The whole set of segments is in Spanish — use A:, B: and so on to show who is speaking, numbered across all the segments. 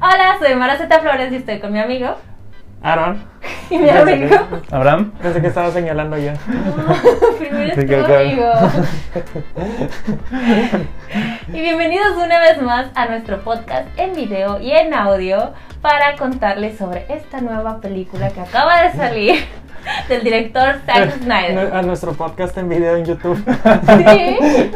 A: Hola, soy Maraceta Flores y estoy con mi amigo.
B: Aaron.
A: Y mi
B: Pensé
A: amigo.
B: que-
C: Abraham.
B: Pensé que estaba señalando yo.
A: Primero
C: Sí,
A: es tu
C: claro.
A: amigo. Y bienvenidos una vez más a nuestro podcast en video y en audio para contarles sobre esta nueva película que acaba de salir del director Zack Snyder.
B: A nuestro podcast en video en YouTube.
A: Sí,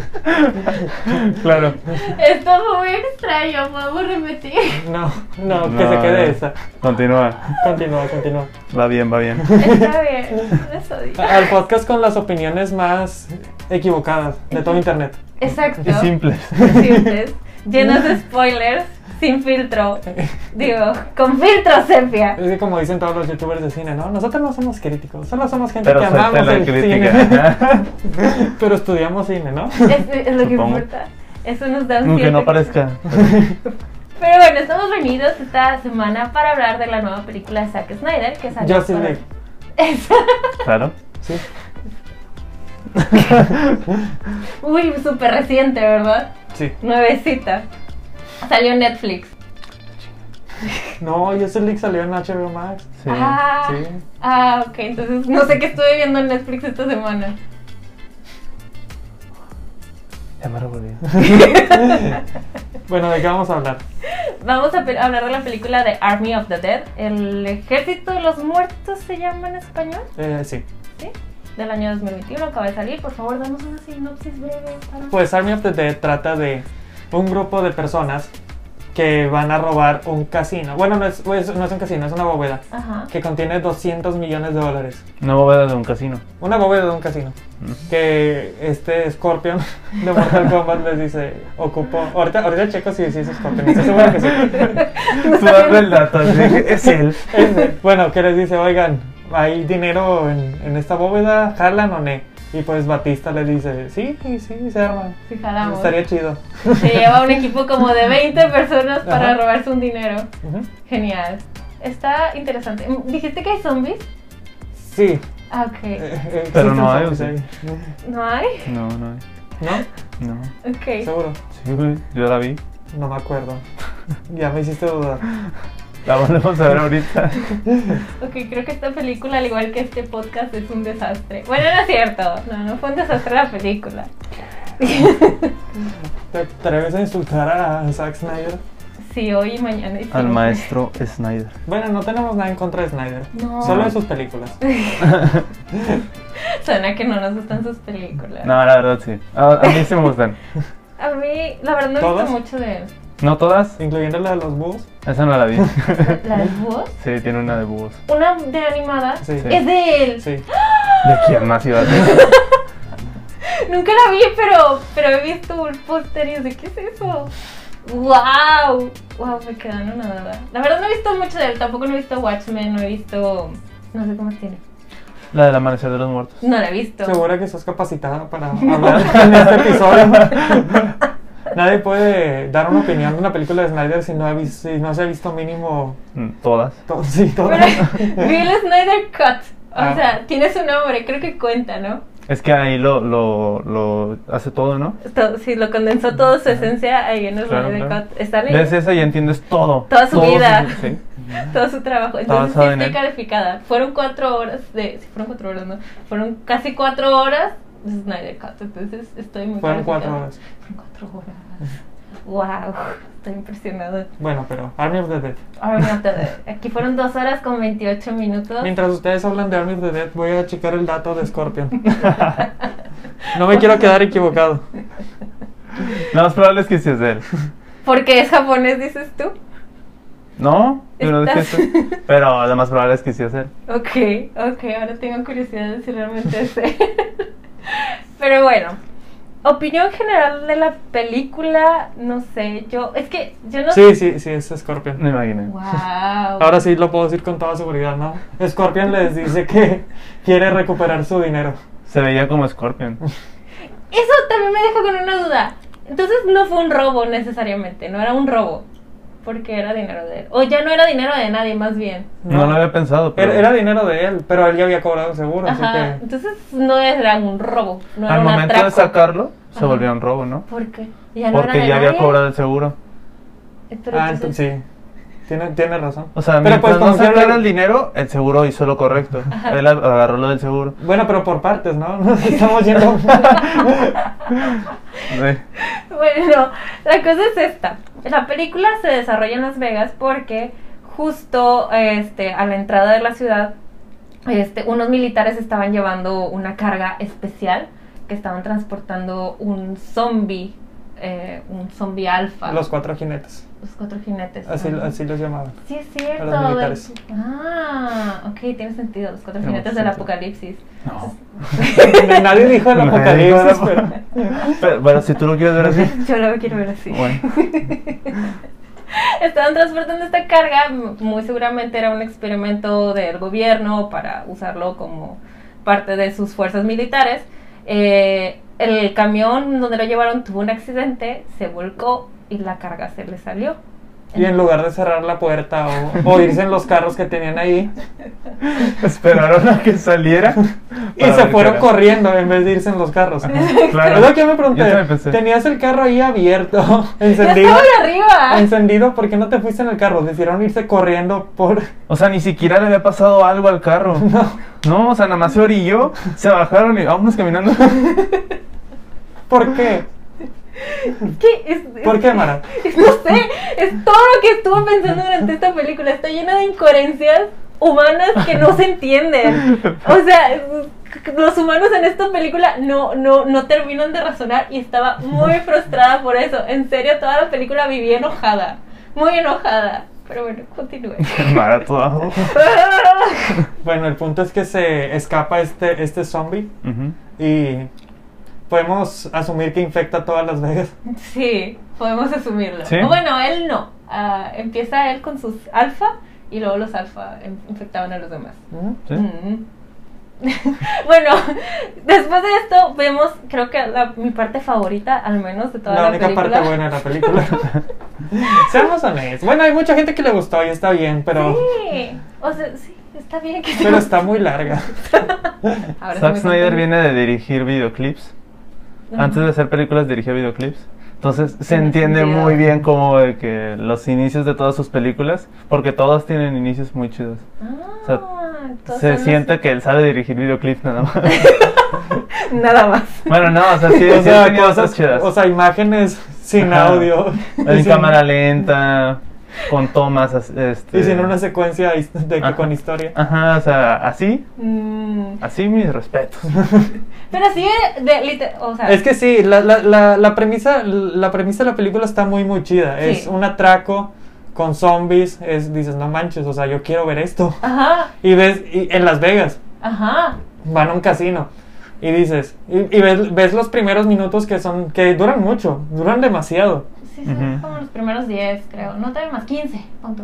C: Claro.
A: esto fue muy extraño, podemos repetir.
B: No, no, que se quede
C: no.
B: esa.
C: Continúa.
B: Continúa, continúa.
C: Va bien, va bien.
A: Está bien, eso digo.
B: A- Al podcast con las opiniones más equivocadas de todo internet.
A: Exacto.
C: Y simple.
A: simples, llenos de spoilers, sin filtro. Digo, con filtro, sepia.
B: Es que como dicen todos los youtubers de cine, ¿no? Nosotros no somos críticos, solo somos gente
C: Pero
B: que
C: suelta
B: amamos
C: la
B: el
C: crítica.
B: cine. Pero estudiamos cine, ¿no?
A: Es, es lo que
C: Supongo.
A: importa. Eso nos da un
C: Aunque
A: cierto-
C: no parezca.
A: Pero bueno, estamos reunidos esta semana para hablar de la nueva película de Zack Snyder que salió.
B: Justin
A: para-
B: League.
A: Eso.
C: Claro.
B: Sí.
A: Uy, súper reciente, ¿verdad?
B: Sí.
A: Nuevecita. Salió en Netflix.
B: No, Justin League salió en HBO Max.
C: Sí.
A: ah,
B: sí.
A: ah, ok. Entonces no sé qué estuve viendo en Netflix esta semana.
C: Ya me revolví.
B: Bueno, ¿de qué vamos a hablar?
A: Vamos a pe- hablar de la película de Army of the Dead. El ejército de los muertos se llama en español.
B: Eh, sí.
A: ¿Sí? Del año 2021, acaba de salir. Por favor, danos una sinopsis breve. Para...
B: Pues Army of the Dead trata de un grupo de personas que van a robar un casino. Bueno, no es, pues, no es un casino, es una bóveda
A: Ajá.
B: que contiene 200 millones de dólares.
C: Una bóveda de un casino.
B: Una bóveda de un casino. Que este Scorpion de Mortal Kombat les dice, ocupo... Ahorita, ahorita checo si sí es Scorpion, estoy seguro que sí.
C: Tú dame el dato. así que Es él.
B: Este, bueno, que les dice, oigan, hay dinero en, en esta bóveda, jalan o ne. Y pues Batista les dice, sí, sí, se arma.
A: Sí, jalamos.
B: Estaría chido.
A: Se lleva un equipo como de 20 personas para
B: Ajá.
A: robarse un dinero.
B: Ujú.
A: Genial. Está interesante. Mm, ¿Dijiste que hay zombies?
B: Sí,
A: Ah, ok.
B: Eh, eh,
C: Pero
B: existen
C: no hay,
B: zombies
C: ¿o
B: ahí.
C: sí?
A: ¿No hay?
C: No, no hay.
B: ¿No?
C: No.
A: Ok.
B: Seguro.
C: Sí, güey. Yo la vi.
B: No me acuerdo. Ya me hiciste dudar.
C: La volvemos a ver ahorita.
A: Ok, creo que esta película, al igual que este podcast, es un desastre. Bueno, no es cierto. No, no fue un desastre la película.
B: ¿Te atreves a insultar a Zack Snyder?
A: Sí, hoy y mañana. y
C: Al
A: siempre.
C: maestro Snyder.
B: Bueno, no tenemos nada en contra de Snyder.
A: No.
B: Solo de sus películas.
A: Suena que no nos gustan sus películas.
C: No, la verdad sí. A, a mí sí me gustan.
A: A mí, la verdad, no he
B: ¿Todas?
A: visto mucho de él.
C: ¿No todas?
B: Incluyendo la de los Bulls.
C: Esa no la vi.
A: ¿La de búhos?
C: Sí, tiene una de búhos.
A: Una de animada.
B: Sí.
C: Sí.
A: Es de él.
B: Sí.
C: ¿De quién más iba a ser?
A: Nunca la vi, pero, pero he visto un póster y es de ¿qué es eso? ¡Wow! ¡Wow! Me quedan una nada. La verdad no he visto mucho de él, tampoco no he visto Watchmen, no he visto. No sé cómo se tiene.
C: La del amanecer de los muertos.
A: No la he visto.
B: Segura que estás capacitada para hablar en este episodio. Nadie puede dar una opinión de una película de Snyder si no, ha vis- si no se ha visto mínimo
C: Mm, Todas.
B: todo. Sí, todo.
A: Pero vi el Snyder Cut. O
B: Ah.
A: sea, tiene su nombre, creo que cuenta, ¿no?
C: Es que ahí lo, lo, lo hace todo, ¿no?
A: Todo- sí, lo condensó toda
B: Ah.
A: su esencia ahí en el
C: Claro,
A: Snyder
C: claro.
A: Cut. Está
C: Ves
A: leyendo
C: esa y entiendes todo.
A: Toda su
C: Todo
A: vida.
C: sí.
A: todo su trabajo. Entonces sí
C: basado en
A: estoy
C: él.
A: calificada. Fueron cuatro horas de. Sí, fueron cuatro horas, ¿no? Fueron casi cuatro horas de Snyder Cut. Entonces estoy muy
B: Fueron cuatro
A: calificada.
B: horas.
A: Fueron cuatro horas. Wow, estoy impresionada.
B: Bueno, pero Army of the Dead.
A: Ahora me noté de- Aquí fueron dos horas con 28 minutos.
B: Mientras ustedes hablan de Army of the Dead, voy a checar el dato de Scorpion. No me quiero quedar equivocado.
C: Lo más probable es que sí es de él.
A: Porque es japonés, dices tú.
C: ¿No? Yo no dije
A: Estás-
C: eso. Pero lo más probable es que sí es él.
A: Ok, ok, ahora tengo curiosidad de si realmente es él. Pero bueno, opinión general de la película, no sé, yo. Es que yo no
B: Sí, sí, sí, es Scorpion.
C: Me imaginé.
A: Wow.
B: Ahora sí lo puedo decir con toda seguridad, ¿no? Scorpion les dice que quiere recuperar su dinero.
C: Se veía como Scorpion.
A: Eso también me deja con una duda. Entonces no fue un robo necesariamente, no era un robo. Porque era dinero de él. O ya no era dinero de nadie, más bien.
C: No lo había pensado. Pero
B: Era, era dinero de él, pero él ya había cobrado el seguro,
A: Ajá.
B: así que...
A: Entonces no era un robo, no era
C: Al
A: un
C: momento
A: atraco.
C: de sacarlo, se
A: Ajá.
C: volvió un robo, ¿no?
A: ¿Por qué? Ya no era
C: Porque
A: de
C: ya había
A: nadie.
C: cobrado el seguro.
A: Pero
B: Ah,
A: entonces-
B: entonces sí. Tiene, tiene razón.
C: O sea,
B: pero pues
C: mientras no se
B: confiar
C: aclara el dinero, el seguro hizo lo correcto. Él a- agarró lo del seguro.
B: Bueno, pero por partes, ¿no? Nos estamos yendo.
C: Sí.
A: Bueno, la cosa es esta. La película se desarrolla en Las Vegas porque justo este, a la entrada de la ciudad, este, unos militares estaban llevando una carga especial que estaban transportando un zombie, eh, un zombie alfa.
B: los cuatro jinetes.
A: Los cuatro jinetes.
B: Así,
A: ajá.
B: así los llamaban.
A: Sí, es cierto.
B: los militares.
A: el- Ah, ok, tiene sentido. Los cuatro
C: Tiene
A: jinetes
C: mucho
A: del
C: sentido.
A: apocalipsis.
B: Nadie dijo
C: No.
B: el
C: Nadie dijo el
B: apocalipsis, pero.
C: apocalipsis. Pero, bueno, si tú lo quieres ver así.
A: Yo lo quiero ver así.
C: Bueno.
A: Estaban transportando esta carga, m- muy seguramente era un experimento del gobierno para usarlo como parte de sus fuerzas militares. Eh, el camión donde lo llevaron tuvo un accidente, se volcó y la carga se le salió.
B: Y en lugar de cerrar la puerta o, o irse en los carros que tenían ahí,
C: Esperaron a que saliera.
B: y se fueron corriendo en vez de irse en los carros.
C: Claro.
B: Es lo que yo me pregunté.
C: Ah, Yo también pensé.
B: Tenías el carro ahí abierto,
A: ¡Yo
B: encendido.
A: estaba ahí arriba!
B: Encendido, ¿por qué no te fuiste en el carro? Decidieron irse corriendo por.
C: O sea, ni siquiera le había pasado algo al carro.
B: No,
C: No, o sea, nada más se orilló, se bajaron y vámonos caminando.
B: ¿por qué?
A: ¿Qué? Es-
B: ¿Por qué, Mara?
A: No sé, es todo lo que estuve pensando durante esta película. Está llena de incoherencias humanas que no se entienden. O sea, los humanos en esta película no, no, no terminan de razonar y estaba muy frustrada por eso. En serio, toda la película viví enojada. Muy enojada. Pero bueno, continúe.
C: Mara, todo abajo.
B: Bueno, el punto es que se escapa este, este zombie
C: Ujú.
B: y podemos asumir que infecta todas Las Vegas.
A: Sí, podemos asumirlo.
C: ¿Sí?
A: Bueno, él no. Ah, empieza él con sus alfa y luego los alfa em- infectaban a los demás.
B: ¿Mm?
C: ¿Sí?
A: Mm. bueno, después de esto vemos, creo que la- mi parte favorita, al menos de toda la,
B: La única
A: película.
B: parte buena de la película. Seamos honestos. Bueno, hay mucha gente que le gustó y está bien, pero,
A: Sí, o sea, sí, está bien que
B: pero está muy larga.
A: Ahora sí
C: Zack
A: me
C: Snyder
A: conté.
C: viene de dirigir videoclips.
A: Ajá.
C: Antes de hacer películas dirigía videoclips. Entonces se
A: Tiene
C: entiende
A: sentido.
C: muy bien como de que los inicios de todas sus películas, porque todas tienen inicios muy chidos.
A: Ah,
C: o sea,
A: entonces
C: Se
A: no
C: siente
A: sé.
C: que él sabe dirigir videoclips nada más.
A: Nada más.
C: bueno, no, o sea, sí,
B: O
C: sí
B: sea,
C: tiene cosas
B: cosas,
C: chidas.
B: o sea, imágenes sin
C: Ajá.
B: audio.
C: En
B: Y sin-
C: cámara lenta, con tomas. as- Este...
B: Y sin una secuencia his- de que
C: Ajá. Ah.
B: con historia.
C: Ajá, o sea, así,
A: Mm,
C: así mis respetos.
A: Pero sí, de, lite- o sea,
B: Es que sí, la, la, la, la premisa, la premisa de la película está muy, muy chida.
A: Sí.
B: Es un atraco con zombies. Es, dices, no manches, o sea, yo quiero ver esto.
A: Ajá,
B: Y ves, y- en Las Vegas,
A: ajá.
B: van a un casino. Y dices, y, y ves, ves los primeros minutos que son, que duran mucho, duran demasiado.
A: Sí, son
C: Ujú.
A: como los primeros 10, creo. No también más, 15, punto.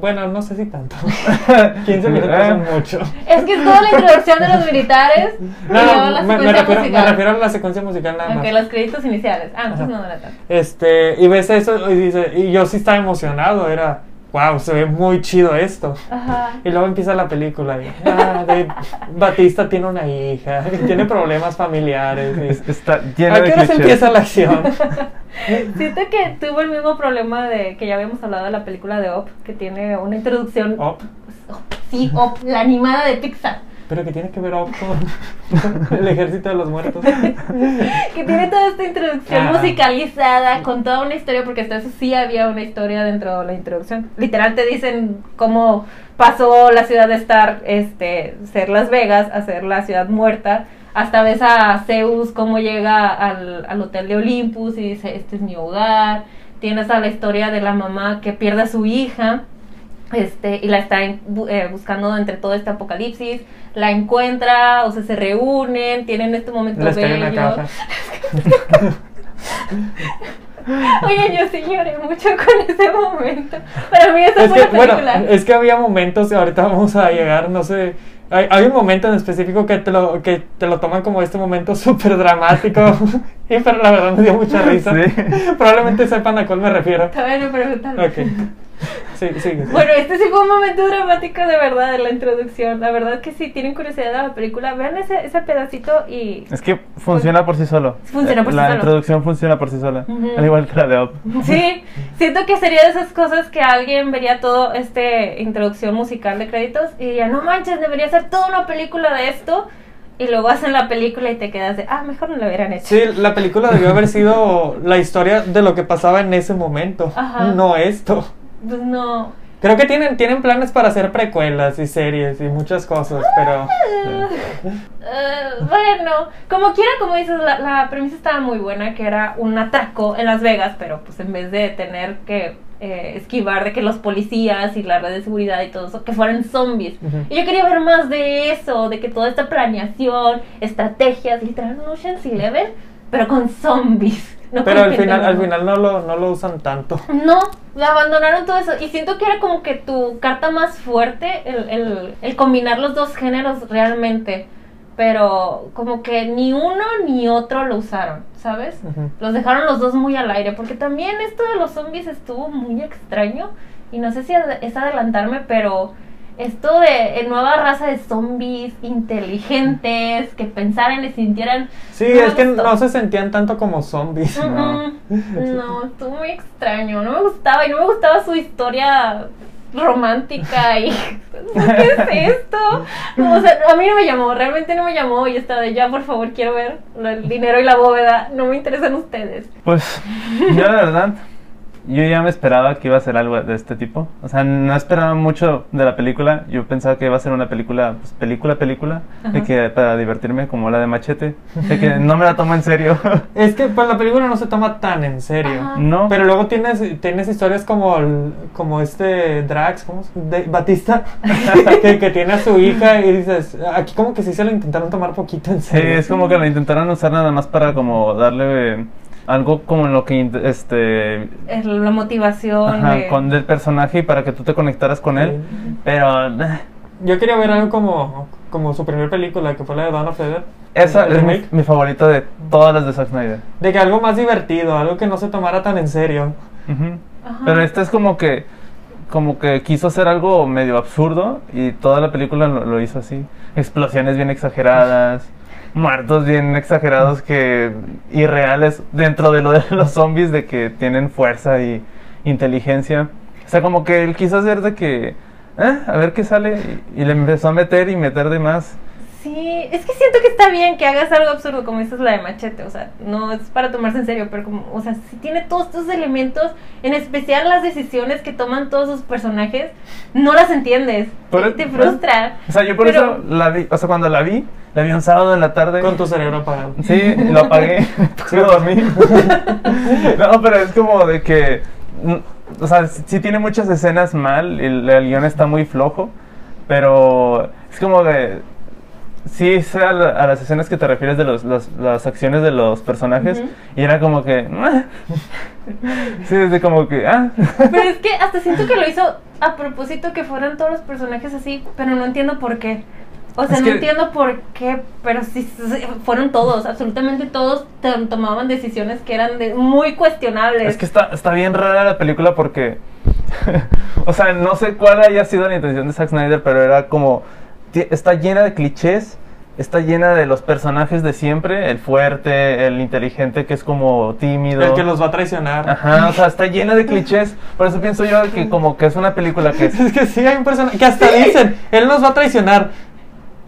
B: Bueno, no sé si tanto. 15 minutos
C: Ah.
B: son mucho.
A: Es que es toda la introducción de los militares. y
B: No,
A: luego
B: no,
A: la
B: me,
A: secuencia
B: me refiero, me
A: musical.
B: refiero a la secuencia musical nada más.
A: Aunque los créditos iniciales. Ah, entonces
B: Ajá.
A: no era tanto.
B: Este, y ves eso y dice, y yo sí estaba emocionado, era, wow, se ve muy chido esto.
A: Ajá.
B: Y luego empieza la película y, ah, de- Batista tiene una hija, y tiene problemas familiares.
C: Es-
B: y-
C: Está lleno
B: ¿A
C: de
B: qué hora se
C: clichés.
B: empieza la acción? Eh.
A: Siento que tuvo el mismo problema de que ya habíamos hablado de la película de Op, que tiene una introducción.
B: Op.
A: Sí, Op, la animada de Pixar.
B: Pero que tiene que ver Op con el ejército de los muertos.
A: Que tiene toda esta introducción
B: Ah.
A: musicalizada con toda una historia, porque hasta eso sí había una historia dentro de la introducción. Literal te dicen cómo pasó la ciudad de estar, este, ser Las Vegas a ser la ciudad muerta. Hasta ves a Zeus cómo llega al, al hotel de Olympus y dice, este es mi hogar. Tienes a la historia de la mamá que pierde a su hija este, y la está en- bu- eh, buscando entre todo este apocalipsis. La encuentra, o sea, se reúnen, tienen este momento
B: Les cae
A: bello.
B: una caja.
A: Oigan, yo sí lloré mucho con ese momento. Para mí esa
B: Es
A: fue
B: que,
A: la
B: bueno,
A: película.
B: es que había momentos, y ahorita vamos a llegar, no sé. Hay, hay un momento en específico que te lo, que te lo toman como este momento súper dramático. y pero la verdad me dio mucha risa.
C: Sí.
B: Probablemente sepan a cuál me refiero.
A: Todavía no preguntaron.
B: Ok. Sí, sí, sí.
A: Bueno, este sí fue un momento dramático de verdad de la introducción. La verdad que si tienen curiosidad de la película, vean ese, ese pedacito y...
C: Es que funciona por sí solo.
A: Funciona por sí
C: la
A: solo.
C: introducción funciona por sí sola.
A: Ujú.
C: Al igual que la de Up.
A: Sí, siento que sería de esas cosas que alguien vería todo este introducción musical de créditos y diría, no manches, debería ser toda una película de esto. Y luego hacen la película y te quedas de, ah, mejor no la hubieran hecho.
B: Sí, la película debió haber sido la historia de lo que pasaba en ese momento,
A: Ajá.
B: no esto.
A: Pues no.
B: Creo que tienen, tienen planes para hacer precuelas y series y muchas cosas, pero...
A: Eh, bueno, como quiera, como dices, la, la premisa estaba muy buena, que era un atraco en Las Vegas, pero pues en vez de tener que eh, esquivar de que los policías y la red de seguridad y todo eso, que fueran zombies.
B: Ujú.
A: Y yo quería ver más de eso, de que toda esta planeación, estrategias, literal, un Ocean's Eleven, pero con zombies. no
B: Pero
A: con
B: al
A: gente
B: final, al
A: normal.
B: final no lo, no lo usan tanto.
A: No, abandonaron todo eso. Y siento que era como que tu carta más fuerte, el, el- el combinar los dos géneros realmente. Pero como que ni uno ni otro lo usaron, ¿sabes?
B: Ujú.
A: Los dejaron los dos muy al aire. Porque también esto de los zombies estuvo muy extraño. Y no sé si ad- es adelantarme, pero esto de eh, nueva raza de zombies inteligentes que pensaran y sintieran.
B: Sí,
A: no me
B: es que
A: gustó.
B: no se sentían tanto como zombies.
A: No. no, estuvo muy extraño. No me gustaba y no me gustaba su historia romántica y ¿qué es esto? O sea, a mí no me llamó, realmente no me llamó y estaba de ya, por favor, quiero ver el dinero y la bóveda, no me interesan ustedes.
C: Pues, yo la verdad, yo ya me esperaba que iba a ser algo de este tipo. O sea, no esperaba mucho de la película. Yo pensaba que iba a ser una película, pues, película, película, de
A: Ajá.
C: que para divertirme como la de Machete, de que no me la tomo en serio.
B: Es que pues la película no se toma tan en serio.
A: Ajá.
C: no.
B: Pero luego tienes, tienes historias como, el- como este Drax, ¿cómo se- de- Batista, que, que tiene a su hija y dices, aquí como que sí se lo intentaron tomar poquito en
C: Sí,
B: serio.
C: eh, es como que lo intentaron usar nada más para como darle eh, algo como en lo que int- este
A: Es la motivación
C: ajá,
A: de-
C: con el personaje y para que tú te conectaras con él,
B: Sí.
C: pero eh,
B: Yo quería ver algo como, como su primera película, que fue la de Dawn of the Dead.
C: esa
B: el
C: es mi,
B: remake.
C: mi favorito de todas las de Zack Snyder.
B: De que algo más divertido, algo que no se tomara tan en serio.
C: Ujú.
A: Ajá.
C: Pero este es como que como que quiso hacer algo medio absurdo y toda la película lo, lo hizo así. Explosiones bien exageradas, muertos bien exagerados que irreales dentro de lo de los zombies de que tienen fuerza y inteligencia. O sea, como que él quiso hacer de que "Ah, a ver qué sale y, y le empezó a meter y meter de más.
A: Sí, es que siento que está bien que hagas algo absurdo como esta es la de machete, o sea, no es para tomarse en serio, pero como, o sea, si tiene todos estos elementos, en especial las decisiones que toman todos sus personajes, no las entiendes,
C: Pero-
A: y te frustra.
C: O sea, yo por
A: Pero-
C: eso la vi, o sea, cuando la vi, la vi un sábado en la tarde.
B: Con tu cerebro apagado.
C: Sí, lo apagué. Me dormí. no, pero es como de que. mm, O sea, s- sí tiene muchas escenas mal. El, el guión está muy flojo. Pero es como de. Sí, sé a, la- a las escenas que te refieres de los, las- las acciones de los personajes.
A: Ujú.
C: Y era como que. "Ah". sí, es de como que. Ah.
A: Pero es que hasta siento que lo hizo a propósito que fueran todos los personajes así, pero no entiendo por qué. O sea,
C: Es
A: no
C: que-
A: entiendo por qué, pero sí, sí, fueron todos, absolutamente todos to- tomaban decisiones que eran de- muy cuestionables.
C: Es que está, está bien rara la película porque. o sea, no sé cuál haya sido la intención de Zack Snyder, pero era como. ti- Está llena de clichés, está llena de los personajes de siempre: el fuerte, el inteligente que es como tímido.
B: El que los va a traicionar.
C: Ajá, o sea, está llena de clichés. Por eso pienso yo que, como que es una película que.
B: Es que sí, hay un personaje que hasta dicen, él nos va a traicionar.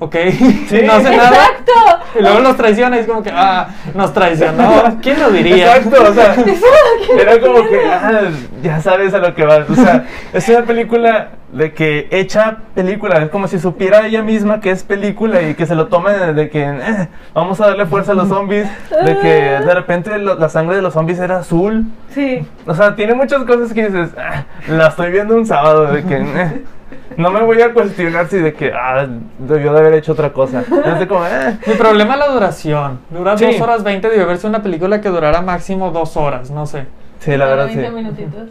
B: Ok, no hace nada.
A: ¡Exacto!
B: Y luego los traiciona y es como que, ah, nos traicionó. ¿Quién lo diría?
C: Exacto, o sea.
A: que
C: Era
A: no
C: como que,
A: entiendo.
C: ah, ya sabes a lo que vas. O sea, es una película de que hecha película. Es como si supiera ella misma que es película y que se lo tome de, de que eh, vamos a darle fuerza a los zombies. De que de repente lo- la sangre de los zombies era azul.
A: Sí.
C: O sea, tiene muchas cosas que dices, "Ah, la estoy viendo un sábado. De que eh, no me voy a cuestionar si de que, ah, debió de haber hecho otra cosa. Es de como, eh.
B: Mi problema es la duración. Dura
C: Sí.
B: dos horas 20, debe verse una película que durara máximo dos horas, no sé.
C: Sí, la verdad,
A: 20
C: sí.
A: minutitos.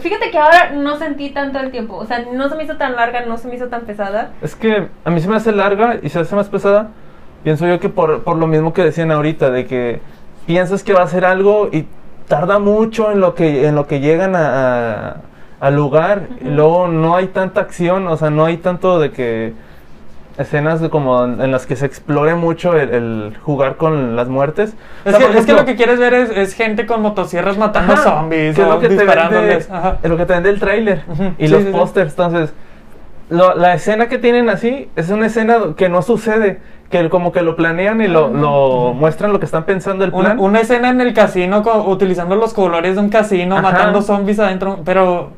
A: Fíjate que ahora no sentí tanto el tiempo. O sea, no se me hizo tan larga, no se me hizo tan pesada.
C: Es que a mí se me hace larga y se hace más pesada. Pienso yo que por, por lo mismo que decían ahorita, de que piensas que va a ser algo y tarda mucho en lo que, en lo que llegan a, a- al lugar. Y luego no hay tanta acción, o sea, no hay tanto de que escenas de como en en las que se explore mucho el, el jugar con las muertes. O
B: Es,
C: sea,
B: que,
C: por
B: es que lo
C: ejemplo,
B: que quieres ver es, es gente con motosierras matando
C: Ajá,
B: zombies
C: que es
B: o
C: lo que te
B: disparándoles.
C: vende-
B: Ajá.
C: es lo que te vende el tráiler
B: Ujú,
C: y
B: sí,
C: los
B: sí, sí.
C: pósters. Entonces, lo- la escena que tienen así es una escena que no sucede, que como que lo planean y lo, lo muestran lo que están pensando el
B: Una,
C: plan.
B: una escena en el casino co- utilizando los colores de un casino,
C: Ajá.
B: matando zombies adentro, pero...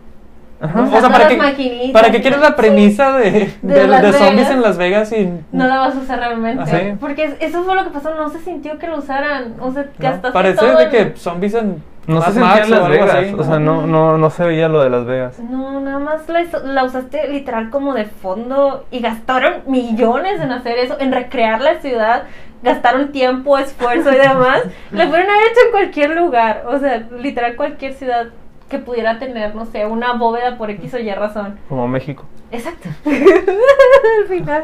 C: Ajá.
A: Usando
B: ¿para
A: las
B: qué,
A: maquinitas
B: ¿para qué
A: y
B: quieres
A: tal.
B: la premisa de,
A: De
B: de-
A: Las
B: de zombies
A: Vegas.
B: en Las Vegas y...
A: No la vas a usar realmente.
C: ¿Ah, Sí.
A: Porque es- eso fue lo que pasó, no se sintió que lo usaran. O sea,
B: ¿no?
A: gastaste
B: Parece
A: todo
B: de
A: en-
B: que zombies en
C: No
B: Mad
C: se sentía
B: Max
C: en
B: o
C: Las
B: algo
C: Vegas,
B: así,
C: o sea, no, no, no se veía lo de Las Vegas.
A: No, nada más la, hizo- la usaste literal como de fondo y gastaron millones en hacer eso, en recrear la ciudad, gastaron tiempo, esfuerzo y demás. Lo pudieron haber hecho en cualquier lugar, o sea, literal cualquier ciudad que pudiera tener, no sé, una bóveda por X o Y razón.
C: Como México.
A: Exacto. Al final.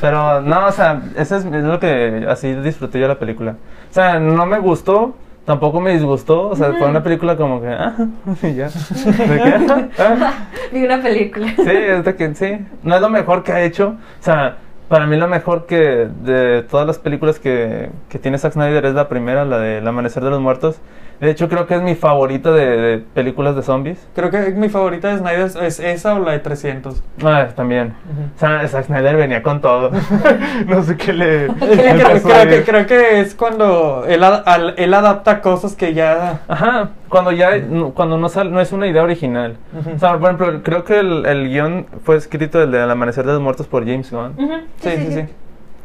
C: Pero no, o sea, eso es, es lo que así disfruté yo la película. O sea, no me gustó, tampoco me disgustó. O sea, fue una película como que, ah, y ya. De que, ah, ah.
A: Vi una película.
C: Sí, es de que sí. No es lo mejor que ha hecho. O sea, para mí lo mejor que de todas las películas que, que tiene Zack Snyder es la primera, la de El Amanecer de los Muertos. De hecho, creo que es mi favorita de, de películas de zombies.
B: Creo que mi favorita de Snyder es- es esa o la de 300.
C: Ah, también. O sea, Zack Snyder venía con todo. no sé qué le.
A: ¿Qué le
C: le
B: creo,
C: pasó
B: creo
C: a él.
B: que, creo que es cuando él, a- al- él adapta cosas que ya...
C: Ajá, cuando ya no- cuando no sale, no es una idea original.
B: Ujú.
C: O sea, por ejemplo, creo que el, el guión fue escrito el de El Amanecer de los Muertos por James Gunn.
A: Ujú,
B: Sí, sí, sí.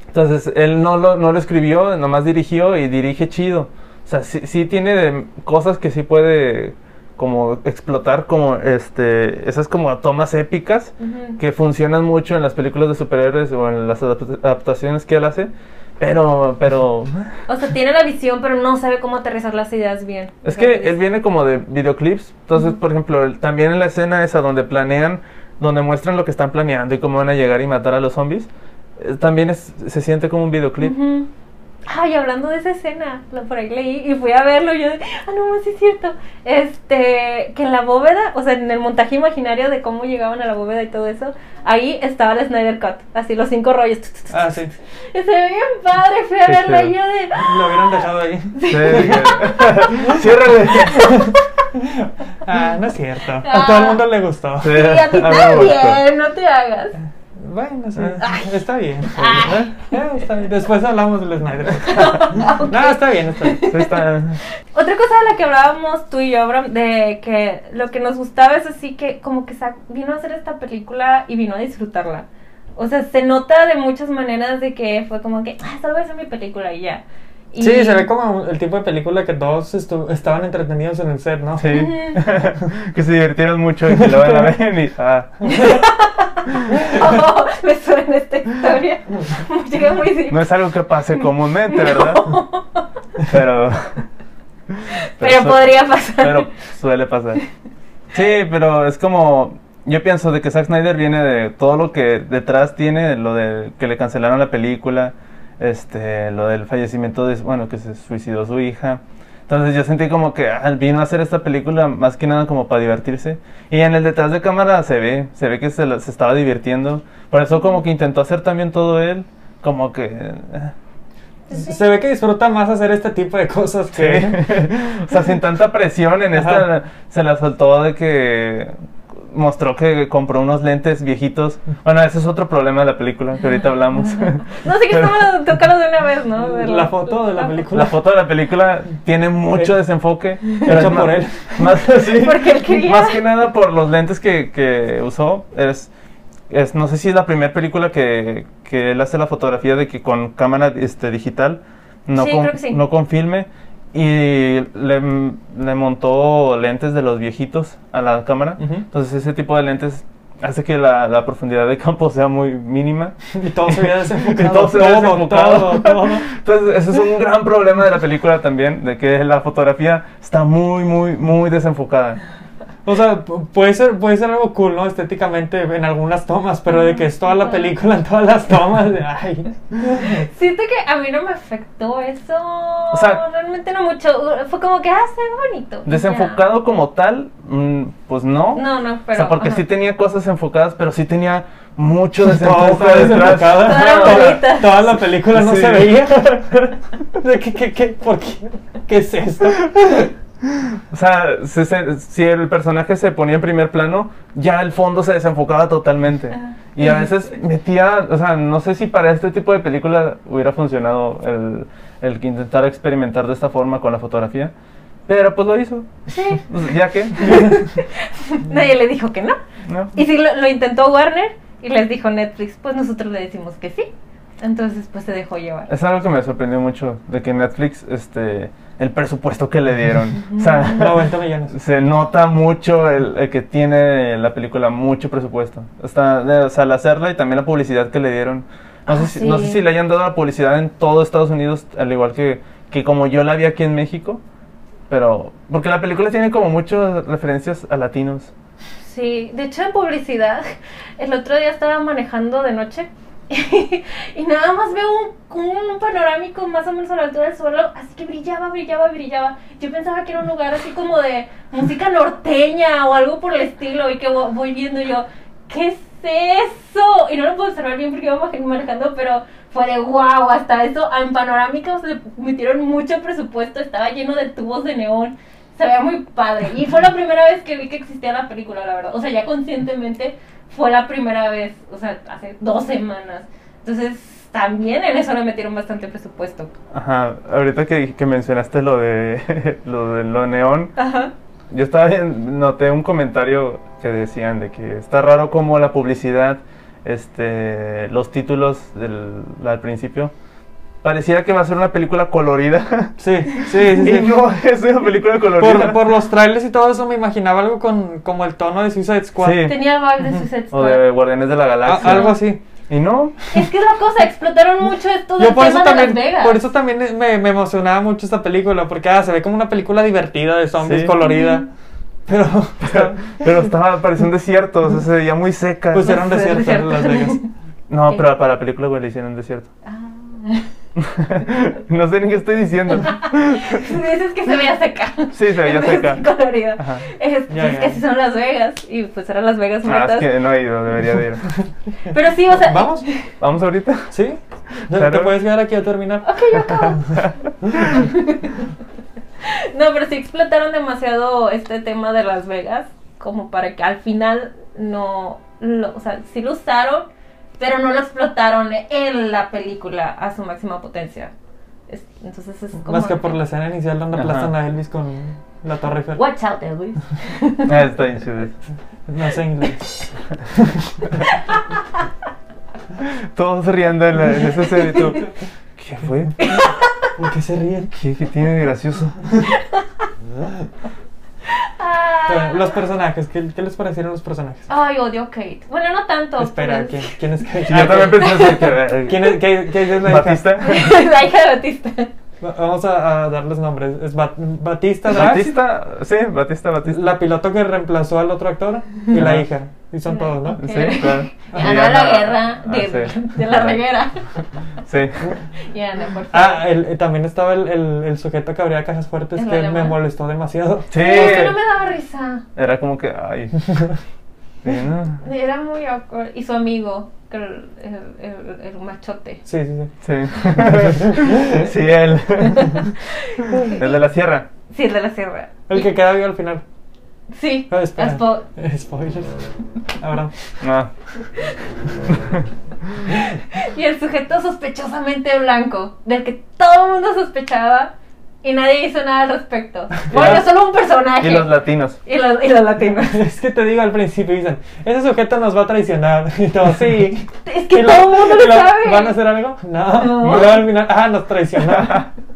C: Entonces, él no lo, no lo escribió, nomás dirigió y dirige chido. O sea, sí, sí tiene de- cosas que sí puede como explotar como este esas como tomas épicas
A: Ujú.
C: que funcionan mucho en las películas de superhéroes o en las adap- adaptaciones que él hace, pero pero
A: O sea, tiene la visión, pero no sabe cómo aterrizar las ideas bien.
C: es que él viene como de videoclips. Entonces, por ejemplo, el- también en la escena esa donde planean, donde muestran lo que están planeando y cómo van a llegar y matar a los zombies, eh, también es- se siente como un videoclip.
A: Ujú. Ay, hablando de esa escena, lo por ahí leí y fui a verlo. y Yo, de, ah, no, sí es cierto. Este, que en la bóveda, o sea, en el montaje imaginario de cómo llegaban a la bóveda y todo eso, ahí estaba la Snyder Cut, así los cinco rollos. tu, tu, tu,
B: Ah, sí.
A: tu. Y se ve bien padre, fui a
C: Qué
A: verla y
C: chido.
A: yo de. "Ah,
B: Lo hubieran dejado ahí.
C: Sí, Ciérrale.
B: Ah, no es cierto.
A: Ah.
B: A todo el mundo le gustó.
C: Sí.
A: Y a ti
C: Ah, me gustó.
A: también, no te hagas.
B: Bueno, sí.
A: Ay.
B: Ah, Está bien.
C: Ah.
A: Ay.
B: Eh, está bien. Después hablamos del Snyder. No, está bien, está bien.
C: Sí, está-
A: Otra cosa de la que hablábamos tú y yo, Abraham, de que lo que nos gustaba es así que como que sa- vino a hacer esta película y vino a disfrutarla. O sea, se nota de muchas maneras de que fue como que, ah, solo voy a hacer mi película y ya. Y-
B: Sí, se ve como el tipo de película que todos estu- estaban entretenidos en el set, ¿no?
C: sí.
A: Ujú.
C: que se divirtieron mucho y que lo van a ver y- ah.
A: Oh, me suena esta historia. Llega muy bien.
C: No es algo que pase comúnmente, ¿verdad? Pero,
A: Pero
C: su-
A: podría pasar.
C: Pero suele pasar. Sí, pero es como. Yo pienso de que Zack Snyder viene de todo lo que detrás tiene, lo de que le cancelaron la película, este, lo del fallecimiento de, bueno, que se suicidó su hija. Entonces yo sentí como que ah, vino a hacer esta película más que nada como para divertirse. Y en el detrás de cámara se ve, se ve que se, la- se estaba divirtiendo. Por eso como que intentó hacer también todo él, como que... eh,
B: Se ve que disfruta más hacer este tipo de cosas
C: Sí.
B: que...
C: o sea, sin tanta presión en esta
B: Ajá.
C: se la soltó de que mostró que compró unos lentes viejitos. Bueno, ese es otro problema de la película que ahorita hablamos.
A: No sé qué
C: Pero
A: estamos tocando de una vez, ¿no? De
B: La foto de la película.
C: La foto de la película tiene mucho
B: Eh,
C: desenfoque. pero
B: hecho
C: es más-
B: por él.
C: Más, sí,
A: Porque él quería.
C: más que nada por los lentes que, que usó. Es, es- no sé si es la primera película que, que él hace la fotografía de que con cámara este, digital, no,
A: Sí,
C: con,
A: creo que sí.
C: no con filme. Y le, le montó lentes de los viejitos a la cámara.
B: Ujú.
C: Entonces ese tipo de lentes hace que la, la profundidad de campo sea muy mínima.
B: Y todo se veía desenfocado.
C: Que todo se ve desenfocado.
B: todo, todo.
C: Entonces, eso es un gran problema de la película también, de que la fotografía está muy, muy, muy desenfocada.
B: O sea, pu- puede ser, puede ser algo cool, ¿no? Estéticamente en algunas tomas, pero de que es toda la película en todas las tomas. de, ay.
A: Siento que a mí no me afectó eso.
C: O sea-
A: realmente no mucho. Fue como que, ah, se ve bonito. y
C: Desenfocado como tal, mm, pues no.
A: ya. No, no, pero.
C: o sea, porque
A: ajá.
C: sí tenía cosas enfocadas, pero sí tenía mucho
B: Todo
C: desenfoque
B: estaba
C: detrás.
B: desenfocado.
A: Toda
B: Toda-
A: bonita.
B: Toda la película no
C: Sí.
B: se veía. De que- que- que, ¿Por qué? ¿Qué es esto?
C: O sea, se- se- si el personaje se ponía en primer plano, ya el fondo se desenfocaba totalmente.
A: Ajá.
C: Y a veces metía, o sea, no sé si para este tipo de película hubiera funcionado el, el que intentara experimentar de esta forma con la fotografía, pero pues lo hizo.
A: Sí.
C: Pues, ¿Ya que
A: Nadie le dijo que no. Y si lo, lo intentó Warner y les dijo Netflix, pues nosotros le decimos que sí. Entonces, pues se dejó llevar.
C: Es algo que me sorprendió mucho, de que Netflix, este, el presupuesto que le dieron. O sea,
B: 90 millones.
C: se nota mucho el, el que tiene la película mucho presupuesto. Hasta de- o sea, al hacerla y también la publicidad que le dieron. No,
A: Ah,
C: sé, si,
A: sí.
C: no sé si le hayan dado la publicidad en todo Estados Unidos, al igual que, que como yo la vi aquí en México. Pero, porque la película tiene como muchas referencias a latinos.
A: Sí, de hecho en publicidad, el otro día estaba manejando de noche y nada más veo un, un panorámico más o menos a la altura del suelo, así que brillaba, brillaba, brillaba. Yo pensaba que era un lugar así como de música norteña o algo por el estilo y que vo- voy viendo yo, ¿qué es eso? Y no lo puedo observar bien porque iba maje- manejando, pero fue de wow, hasta eso en panorámicos le metieron mucho presupuesto, estaba lleno de tubos de neón. Se veía muy padre. Y fue la primera vez que vi que existía la película, la verdad. O sea, ya conscientemente fue la primera vez, o sea, hace dos semanas. Entonces, también en eso le metieron bastante presupuesto.
C: Ajá, ahorita que, que mencionaste lo de lo de lo neón,
A: Ajá.
C: Yo estaba bien- noté un comentario que decían de que está raro como la publicidad, este, los títulos del, al principio, pareciera que va a ser una película colorida.
B: Sí, sí, sí.
C: y
B: sí.
C: no, es una película colorida.
B: Por, por los trailers y todo eso me imaginaba algo con como el tono de Suicide Squad.
C: Sí.
A: Tenía el vibe de Suicide
C: o
A: Squad.
C: de Guardianes de la
B: A-
C: Galaxia.
B: algo así.
C: Y no,
A: Es que es la cosa, explotaron mucho esto del
B: Yo por eso
A: tema de Las
B: también,
A: Vegas.
B: por eso también me, me emocionaba mucho esta película, porque ah, se ve como una película divertida de zombies
C: Sí.
B: colorida. Pero
C: pero, pero estaba, parecía un desierto, o sea, se veía muy seca.
B: pues era un
A: Sí, es
B: desierto en
A: cierto.
B: Las Vegas.
C: No, pero para la película, güey, le hicieron un desierto.
A: Ah.
C: no sé ni qué estoy diciendo. Ah,
A: Si dices que se veía seca.
C: Sí, se veía
A: Es
C: seca.
A: colorida.
C: Ajá.
A: Es, pues,
B: Ya,
A: es
B: ya.
A: que así son Las Vegas. Y pues era Las Vegas
C: Ah,
A: metas.
C: es que no he ido, debería de ir.
A: Pero sí, o sea.
B: ¿Vamos?
C: Vamos ahorita.
B: ¿Sí? ¿Te
C: Claro.
B: puedes quedar aquí a terminar?
A: Ok, yo acabo. no, pero sí explotaron demasiado este tema de Las Vegas, como para que al final no, lo- o sea, sí lo usaron, pero no lo explotaron en la película a su máxima potencia. Es- entonces es como...
B: Más que por la escena inicial donde
C: Ajá.
B: aplastan a Elvis con la torre Eiffel.
A: Watch out, Elvis.
C: Ah, está bien chido eso.
B: No sé inglés.
C: Todos riendo en, la, en ese set y tú, ¿Qué fue?
B: ¿Por qué se ríen?
C: ¿Qué, qué tiene de gracioso?
B: Pero, los personajes, ¿qué, qué les parecieron los personajes?
A: Ah. Ay, odio a Kate. Bueno, no tanto.
B: Espera,
A: pero-
B: ¿quién, Ah, quién es Kate?
C: Sí, yo también pensé así que. eh,
B: ¿Quién es, qué- qué es la hija?
C: ¿Batista?
A: la hija de Batista.
B: Va- Vamos a, a darles nombres. Es Bat- Batista Drax,
C: ¿Batista? Sí, Batista, Batista.
B: la piloto que reemplazó al otro actor y la
C: Ajá.
B: hija. Y son
A: La-
B: todos, ¿no?
A: ok.
C: Sí, claro.
A: Y Ana de la guerra, de,
C: Ah, sí.
A: de la reguera.
C: Sí.
A: Y Ana, por favor.
B: Ah, el- eh, también estaba el, el- el sujeto que abría cajas fuertes
A: El
B: que me
A: alemán.
B: molestó demasiado.
C: Sí.
A: No,
B: eh.
A: es que no me daba risa.
C: Era como que, ay. Sí, no.
A: Era muy awkward. Y su amigo, que el, el- el- el machote.
B: Sí, sí, sí.
C: Sí. Sí, él. El de la sierra.
A: Sí, el de la sierra.
B: El que queda vivo al final.
A: Sí.
B: Ah, espera.
A: Aspo-
B: Spoilers. Ahora.
C: No.
A: Y el sujeto sospechosamente blanco, del que todo el mundo sospechaba y nadie hizo nada al respecto. Bueno,
C: los-
A: solo un
B: Ah,
A: personaje.
C: Y los latinos.
A: Y los, y los latinos.
B: Es que te digo al principio, dicen, ese sujeto nos va a traicionar. Y todo, sí.
A: Es que
B: Y lo-
A: todo el mundo
B: y
A: lo
B: lo-
A: sabe.
B: ¿Van a hacer algo? No.
A: No.
B: Y luego al final, ah, nos traicionaron.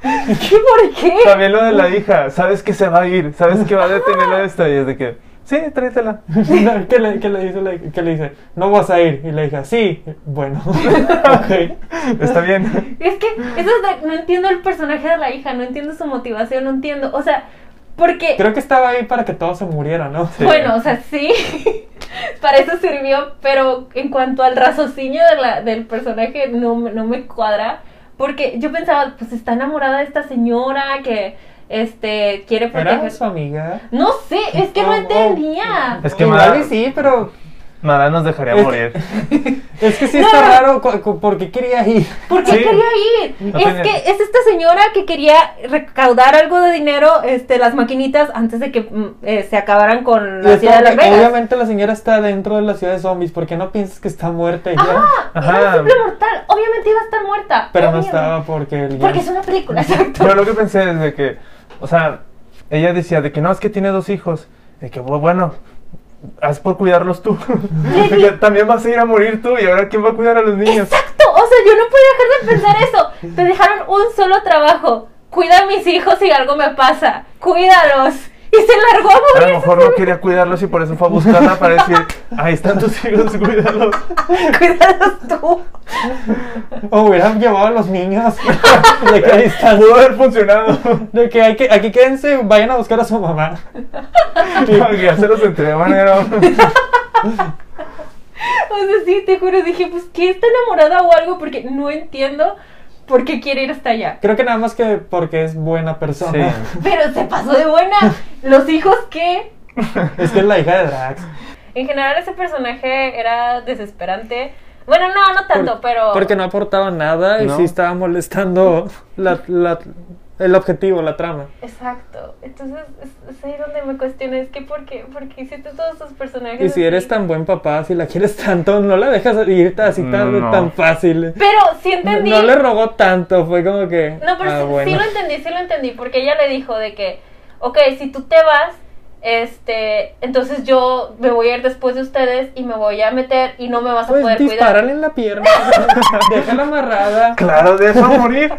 A: ¿Qué? ¿Por qué?
C: También lo de la hija. Sabes que se va a ir. Sabes que va a detenerlo esto. Y es de que, sí, tráetela.
B: No, ¿Qué le, qué le dice? la- qué le dice? No vas a ir. Y le dije, sí. Bueno. ok.
C: Está bien.
B: Ah.
A: Es que eso es de- no entiendo el personaje de la hija, no entiendo su motivación, no entiendo. O sea, Porque,
B: Creo que estaba ahí para que todos se murieran, ¿no?
C: Sí.
A: bueno, o sea, sí, para eso sirvió, pero en cuanto al raciocinio de la- del personaje no, me- no me cuadra, porque yo pensaba, pues está enamorada de esta señora que este quiere
B: Era
A: proteger.
B: su amiga.
A: No sé, es que no
B: Oh, oh.
A: entendía.
C: Es que
B: Igual
C: Mara-
B: y sí, pero
C: Nada nos dejaría
B: Es-
C: morir.
B: es que sí
A: No, Pues,
B: está
A: no.
B: raro cu- cu- porque quería ir.
A: ¿Por qué
C: Sí.
A: quería ir?
C: No
A: es
C: tenía-
A: que es esta señora que quería recaudar algo de dinero, este, las maquinitas, antes de que mm, eh, se acabaran con
B: Y
A: la
B: es
A: ciudad de Las
B: porque
A: Vegas.
B: obviamente la señora está dentro de la ciudad de zombies, porque no piensas que está muerta y ya.
A: Ajá, era
C: Ajá.
A: un simple mortal. Obviamente iba a estar muerta.
B: Pero no
A: obviamente.
B: estaba porque el
A: Porque es una película, exacto.
C: Pero lo que pensé es de que, o sea, ella decía de que no, es que tiene dos hijos. De que, bu- bueno, haz por cuidarlos tú. De que también vas a ir a morir tú y ahora quién va a cuidar a los niños.
A: Exacto, o sea, yo no puedo dejar de pensar eso. Te dejaron un solo trabajo. Cuida a mis hijos si algo me pasa. Cuídalos. Y se largó a
C: A
A: morir.
C: lo mejor no quería cuidarlos y por eso fue a buscarla para decir, ahí están tus hijos, cuídalos.
A: Cuídalos tú.
B: O Oh, hubieran llevado a los niños. de que ahí están.
C: Pudo haber funcionado.
B: De que, hay que aquí quédense, vayan a buscar a su mamá.
C: Aunque ya se los entregaban, era...
A: O sea, sí, te juro, dije, pues que está enamorada o algo porque no entiendo por qué quiere ir hasta allá.
B: Creo que nada más que porque es buena persona.
C: Sí.
A: Pero se pasó de buena. Los hijos que...
B: Es que es la hija de Drax.
A: En general ese personaje era desesperante. Bueno, no, no tanto,
B: Por-
A: pero...
B: Porque no aportaba nada y
C: No.
B: sí estaba molestando la- la- el objetivo, la trama.
A: Exacto. Entonces es, es ahí donde me cuestioné, es que ¿por qué? ¿Por qué hiciste todos esos personajes?
B: Y si eres
A: así?
B: tan buen papá, si la quieres tanto, no la dejas irte así tan,
C: No.
B: tan fácil.
A: Pero sí entendí.
B: No le rogó tanto, fue como que.
A: No, pero
B: ah,
A: sí, sí
B: bueno.
A: lo entendí, sí lo entendí, porque ella le dijo de que, ok, si tú te vas, este, entonces yo me voy a ir después de ustedes y me voy a meter y no me vas a
B: Pues
A: poder
B: dispararle
A: cuidar.
B: en la pierna, déjala amarrada.
C: Claro, de eso a morir.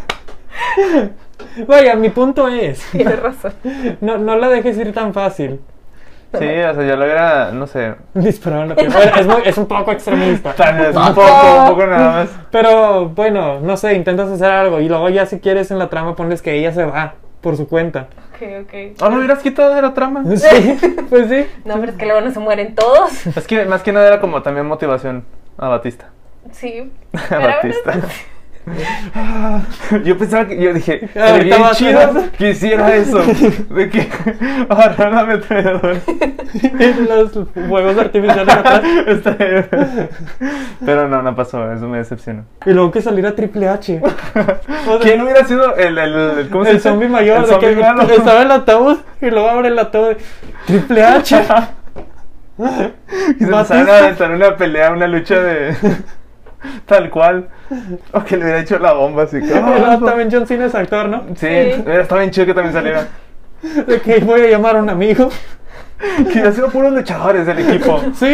B: Vaya, mi punto es,
A: Tienes razón.
B: no, no la dejes ir tan fácil.
C: Sí, o sea, yo lo hubiera, no sé.
B: Dispararle en la pierna. Bueno, es, muy- es un poco extremista.
C: Tal vez un poco, un poco nada más.
B: Pero bueno, no sé, intentas hacer algo y luego ya si quieres en la trama pones que ella se va por su cuenta.
A: Ok, ok.
C: ¿No Ah, lo hubieras quitado de la trama?
B: Sí, pues sí.
A: No, pero es que luego no se mueren todos.
C: Es que más que nada era como también motivación a Batista.
A: Sí.
B: Ah,
C: A
A: Pero ahora-
C: Batista. Yo pensaba que, yo
B: Ah,
C: dije, sería
B: ahorita
C: bien
B: vas,
C: chido
B: ¿verdad?
C: que hiciera eso. De que agarrar la ametralladora.
B: Los juegos artificiales atrás.
C: Está bien. Pero no, no pasó, eso me decepcionó.
B: Y luego que saliera Triple H. O sea,
C: ¿Quién hubiera sido el, el, el- ¿cómo se
B: El
C: dice?
B: zombie mayor,
C: El
B: de que
C: zombie malo.
B: estaba en el ataúd y luego abre el ataúd. Triple H.
C: Y se empezaron a
B: Batista.
C: aventar una pelea, una lucha de... Tal cual. O que le hubiera hecho la bomba, así que... "Ah,
B: Y luego también John Cena es actor, ¿no?
C: Sí, eh,
A: Sí.
C: está bien chido que también saliera.
B: De que voy a llamar a un amigo.
C: Que ha sido puros luchadores del equipo.
B: Sí.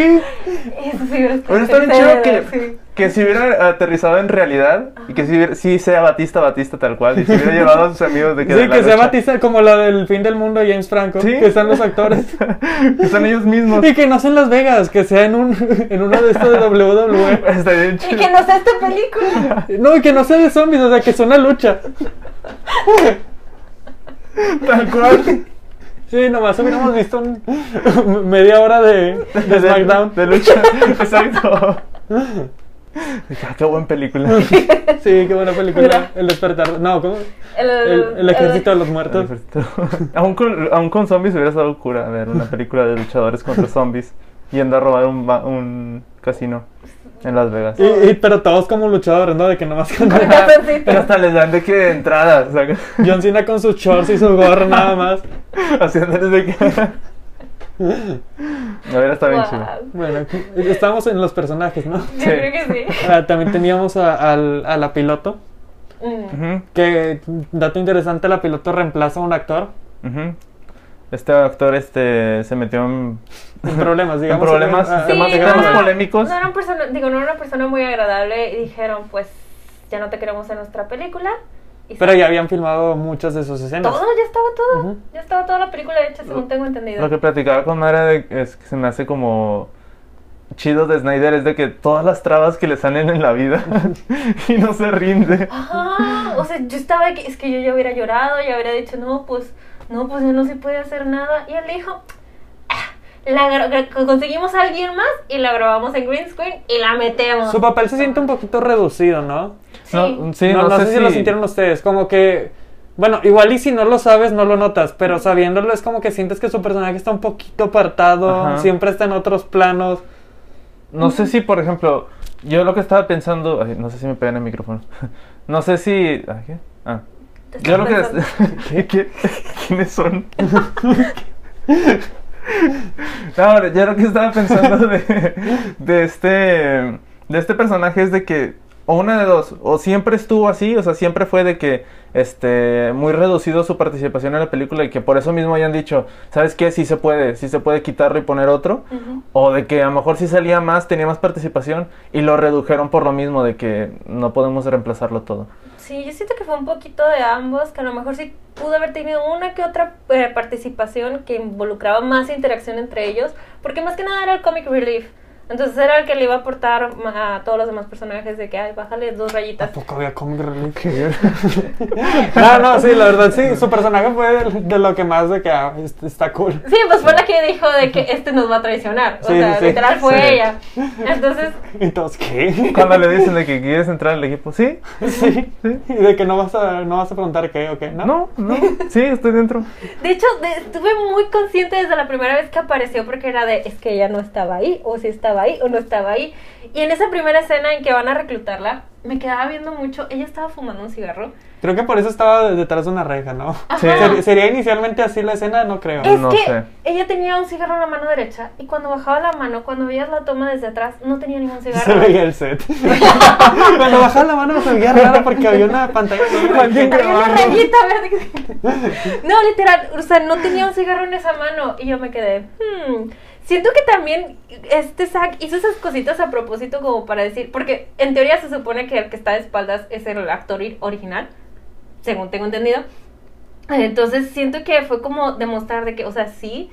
A: Eso sí hubiera
C: Hubiera estado bien chido que,
B: Este,
A: sí.
C: que si hubiera aterrizado en realidad y que si, hubiera- sí sea Batista, Batista tal cual, y se hubiera llevado a sus amigos de que.
B: Sí,
C: de la
B: que sea
C: lucha.
B: Batista como la del fin del mundo James Franco.
C: Sí.
B: Que están los actores.
C: que son ellos mismos.
B: Y que no sea en Las Vegas, que sea en, un, en uno de estos de WWE.
C: Está bien
A: Y
C: chido.
A: que no sea esta película.
B: E. No, y que no sea de zombies, o sea, que sea una lucha.
C: Tal cual.
B: Sí, nomás hubiéramos visto un- media hora de, de SmackDown.
C: De lucha. Exacto. Dije, ah, qué buena película.
B: Sí, qué buena película.
A: Mira.
B: El despertar. No, ¿cómo?
A: El,
B: El, el ejército de los muertos.
C: aún, con, aún con zombies hubiera estado cura a ver una película de luchadores contra zombies yendo a robar un, ba- un casino en Las Vegas.
B: Y, y- pero todos como luchadores, ¿no? De que nomás con
A: Con calzoncito.
C: Pero hasta les dan de que entradas, ¿sacas?
B: John Cena con sus shorts y su gorro nada más.
C: Haciéndoles de que. A ver, está bien
A: Wow.
C: chido.
B: Bueno, estamos en los personajes, ¿no?
A: Yo
C: Sí.
A: creo que sí.
B: Ah, también teníamos a, al- a la piloto.
A: Mm.
C: Ujú,
B: Que, dato interesante, la piloto reemplaza a un actor.
C: ujú. Este actor este, se metió en,
B: En problemas, digamos.
C: en problemas,
B: Ah,
C: temas,
A: Sí,
C: temas
A: no,
C: polémicos.
A: No era, un persona, digo, no era una persona muy agradable y dijeron, pues, ya no te queremos en nuestra película. Y
B: Pero
A: se-
B: ya habían filmado muchas de sus escenas.
A: Todo, ya estaba todo.
B: Ujú.
A: Ya estaba toda la película hecha, según tengo entendido.
C: Lo que platicaba con Mara de- es que se me hace como chido de Snyder es de que todas las trabas que le salen en la vida y no se rinde.
A: Ajá, o sea, yo estaba aquí, es que yo ya hubiera llorado, ya hubiera dicho, no, pues, no, pues ya no se puede hacer nada. Y él dijo, "Ah, la gra- gra- conseguimos a alguien más y la grabamos en green screen y la metemos.
B: Su papel se siente un poquito reducido, ¿no?
A: Sí.
C: No, sí,
B: no,
C: no
B: no sé, si lo
C: si-
B: sintieron ustedes, como que... Bueno, igual y si no lo sabes, no lo notas, pero sabiéndolo es como que sientes que su personaje está un poquito apartado,
C: Ajá.
B: siempre está en otros planos.
C: No sé si, por ejemplo, yo lo que estaba pensando. ay, no sé si me pegan el micrófono. No sé si. ah, ¿Qué? Ah.
A: Te estaba
C: Yo lo que.
A: pensando.
C: ¿Qué? ¿Quiénes son? No, yo lo que estaba pensando de, de este. De este personaje es de que. O una de dos. O siempre estuvo así. O sea, siempre fue de que. Este. Muy reducido su participación en la película. Y que por eso mismo hayan dicho. ¿Sabes qué? Sí se puede. Sí se puede quitarlo y poner otro.
A: Ujú.
C: O de que a lo mejor si salía más, tenía más participación y lo redujeron por lo mismo, de que no podemos reemplazarlo todo.
A: Sí, yo siento que fue un poquito de ambos, que a lo mejor sí pudo haber tenido una que otra eh, participación que involucraba más interacción entre ellos, porque más que nada era el comic relief. Entonces era el que le iba a aportar ma- a todos los demás personajes de que, ay, bájale dos rayitas.
B: Tampoco había Comic Relief. no, no, sí, la verdad, sí, su personaje fue de, de lo que más de que ah, est- está cool.
A: Sí, pues fue la que dijo de que este nos va a traicionar. O
B: Sí,
A: sea,
B: sí,
A: literal fue
C: sí.
A: ella. Entonces,
B: Y todos, ¿qué?
C: Cuando le dicen de que quieres entrar al equipo, sí,
B: Sí, y de que no vas a, no vas a preguntar qué o qué, ¿no?
C: no, no, sí, estoy dentro.
A: de hecho, de- estuve muy consciente desde la primera vez que apareció porque era de, es que ella no estaba ahí, o si estaba ahí, o no estaba ahí. Y en esa primera escena en que van a reclutarla, me quedaba viendo mucho, ella estaba fumando un cigarro.
B: Creo que por eso estaba detrás de una reja, ¿no?
C: Sí.
B: Ser- ¿Sería inicialmente así la escena? No creo.
A: Es
C: No
A: que
C: sé.
A: ella tenía un cigarro en la mano derecha y cuando bajaba la mano, cuando veías la toma desde atrás, no tenía ningún
B: Se
A: cigarro.
B: veía el set. Cuando bajaba la mano se veía raro porque había una pantalla.
C: Alguien
A: Había una
C: grabando.
A: rayita verde. No, literal, o sea, no tenía un cigarro en esa mano y yo me quedé, hmm. Siento que también este Zack hizo esas cositas a propósito como para decir, porque en teoría se supone que el que está de espaldas es el actor i- original, según tengo entendido. Entonces siento que fue como demostrar de que, o sea, sí,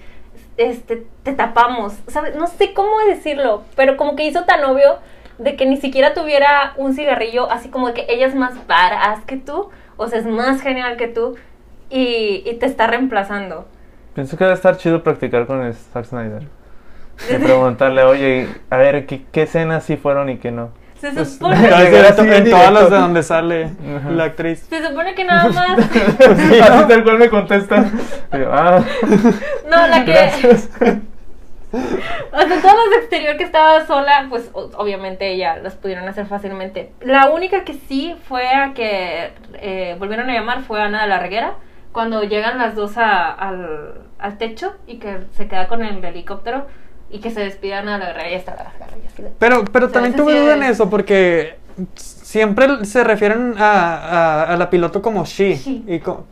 A: este, te tapamos, ¿sabes? No sé cómo decirlo, pero como que hizo tan obvio de que ni siquiera tuviera un cigarrillo, así como de que ella es más varaz que tú, o sea, es más genial que tú y, y te está reemplazando.
C: Pienso que debe estar chido practicar con el Zack Snyder. Y preguntarle, oye, a ver, ¿qué, qué escenas sí fueron y qué no?
A: Se
B: Pues,
A: supone,
B: en
C: Llegar así
B: en
C: directo.
B: todas las de donde sale
C: Ajá.
B: la actriz.
A: se supone que nada más...
B: Sí, ¿no?
C: Así tal cual me contesta. Y yo, ah,
A: No, la que...
C: gracias.
A: O sea, todas las de exterior que estaba sola, pues o- obviamente ella las pudieron hacer fácilmente. La única que sí fue a que eh, volvieron a llamar fue Ana de la Reguera, cuando llegan las dos a- al, al techo y que se queda con el helicóptero y que se despide Ana de la Reguera y está la Reguera. y así de-
B: Pero, pero
A: sea,
B: también
A: ese
B: tuve
A: sí
B: duda en
A: es-
B: eso porque siempre se refieren a, a- a la piloto como she.
A: She. Eh.
B: Y co-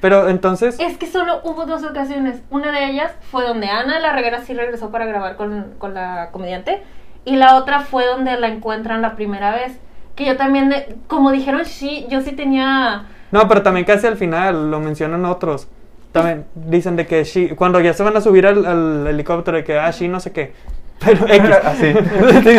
B: pero entonces...
A: Es que solo hubo dos ocasiones. Una de ellas fue donde Ana de la Reguera sí regresó para grabar con, con la comediante. Y la otra fue donde la encuentran la primera vez. Que yo también, de- como dijeron sí, yo sí tenía...
B: No, pero también casi al final lo mencionan otros. También dicen de que she, cuando ya se van a subir al, al helicóptero de que ah, she no sé qué. Pero X.
C: Así.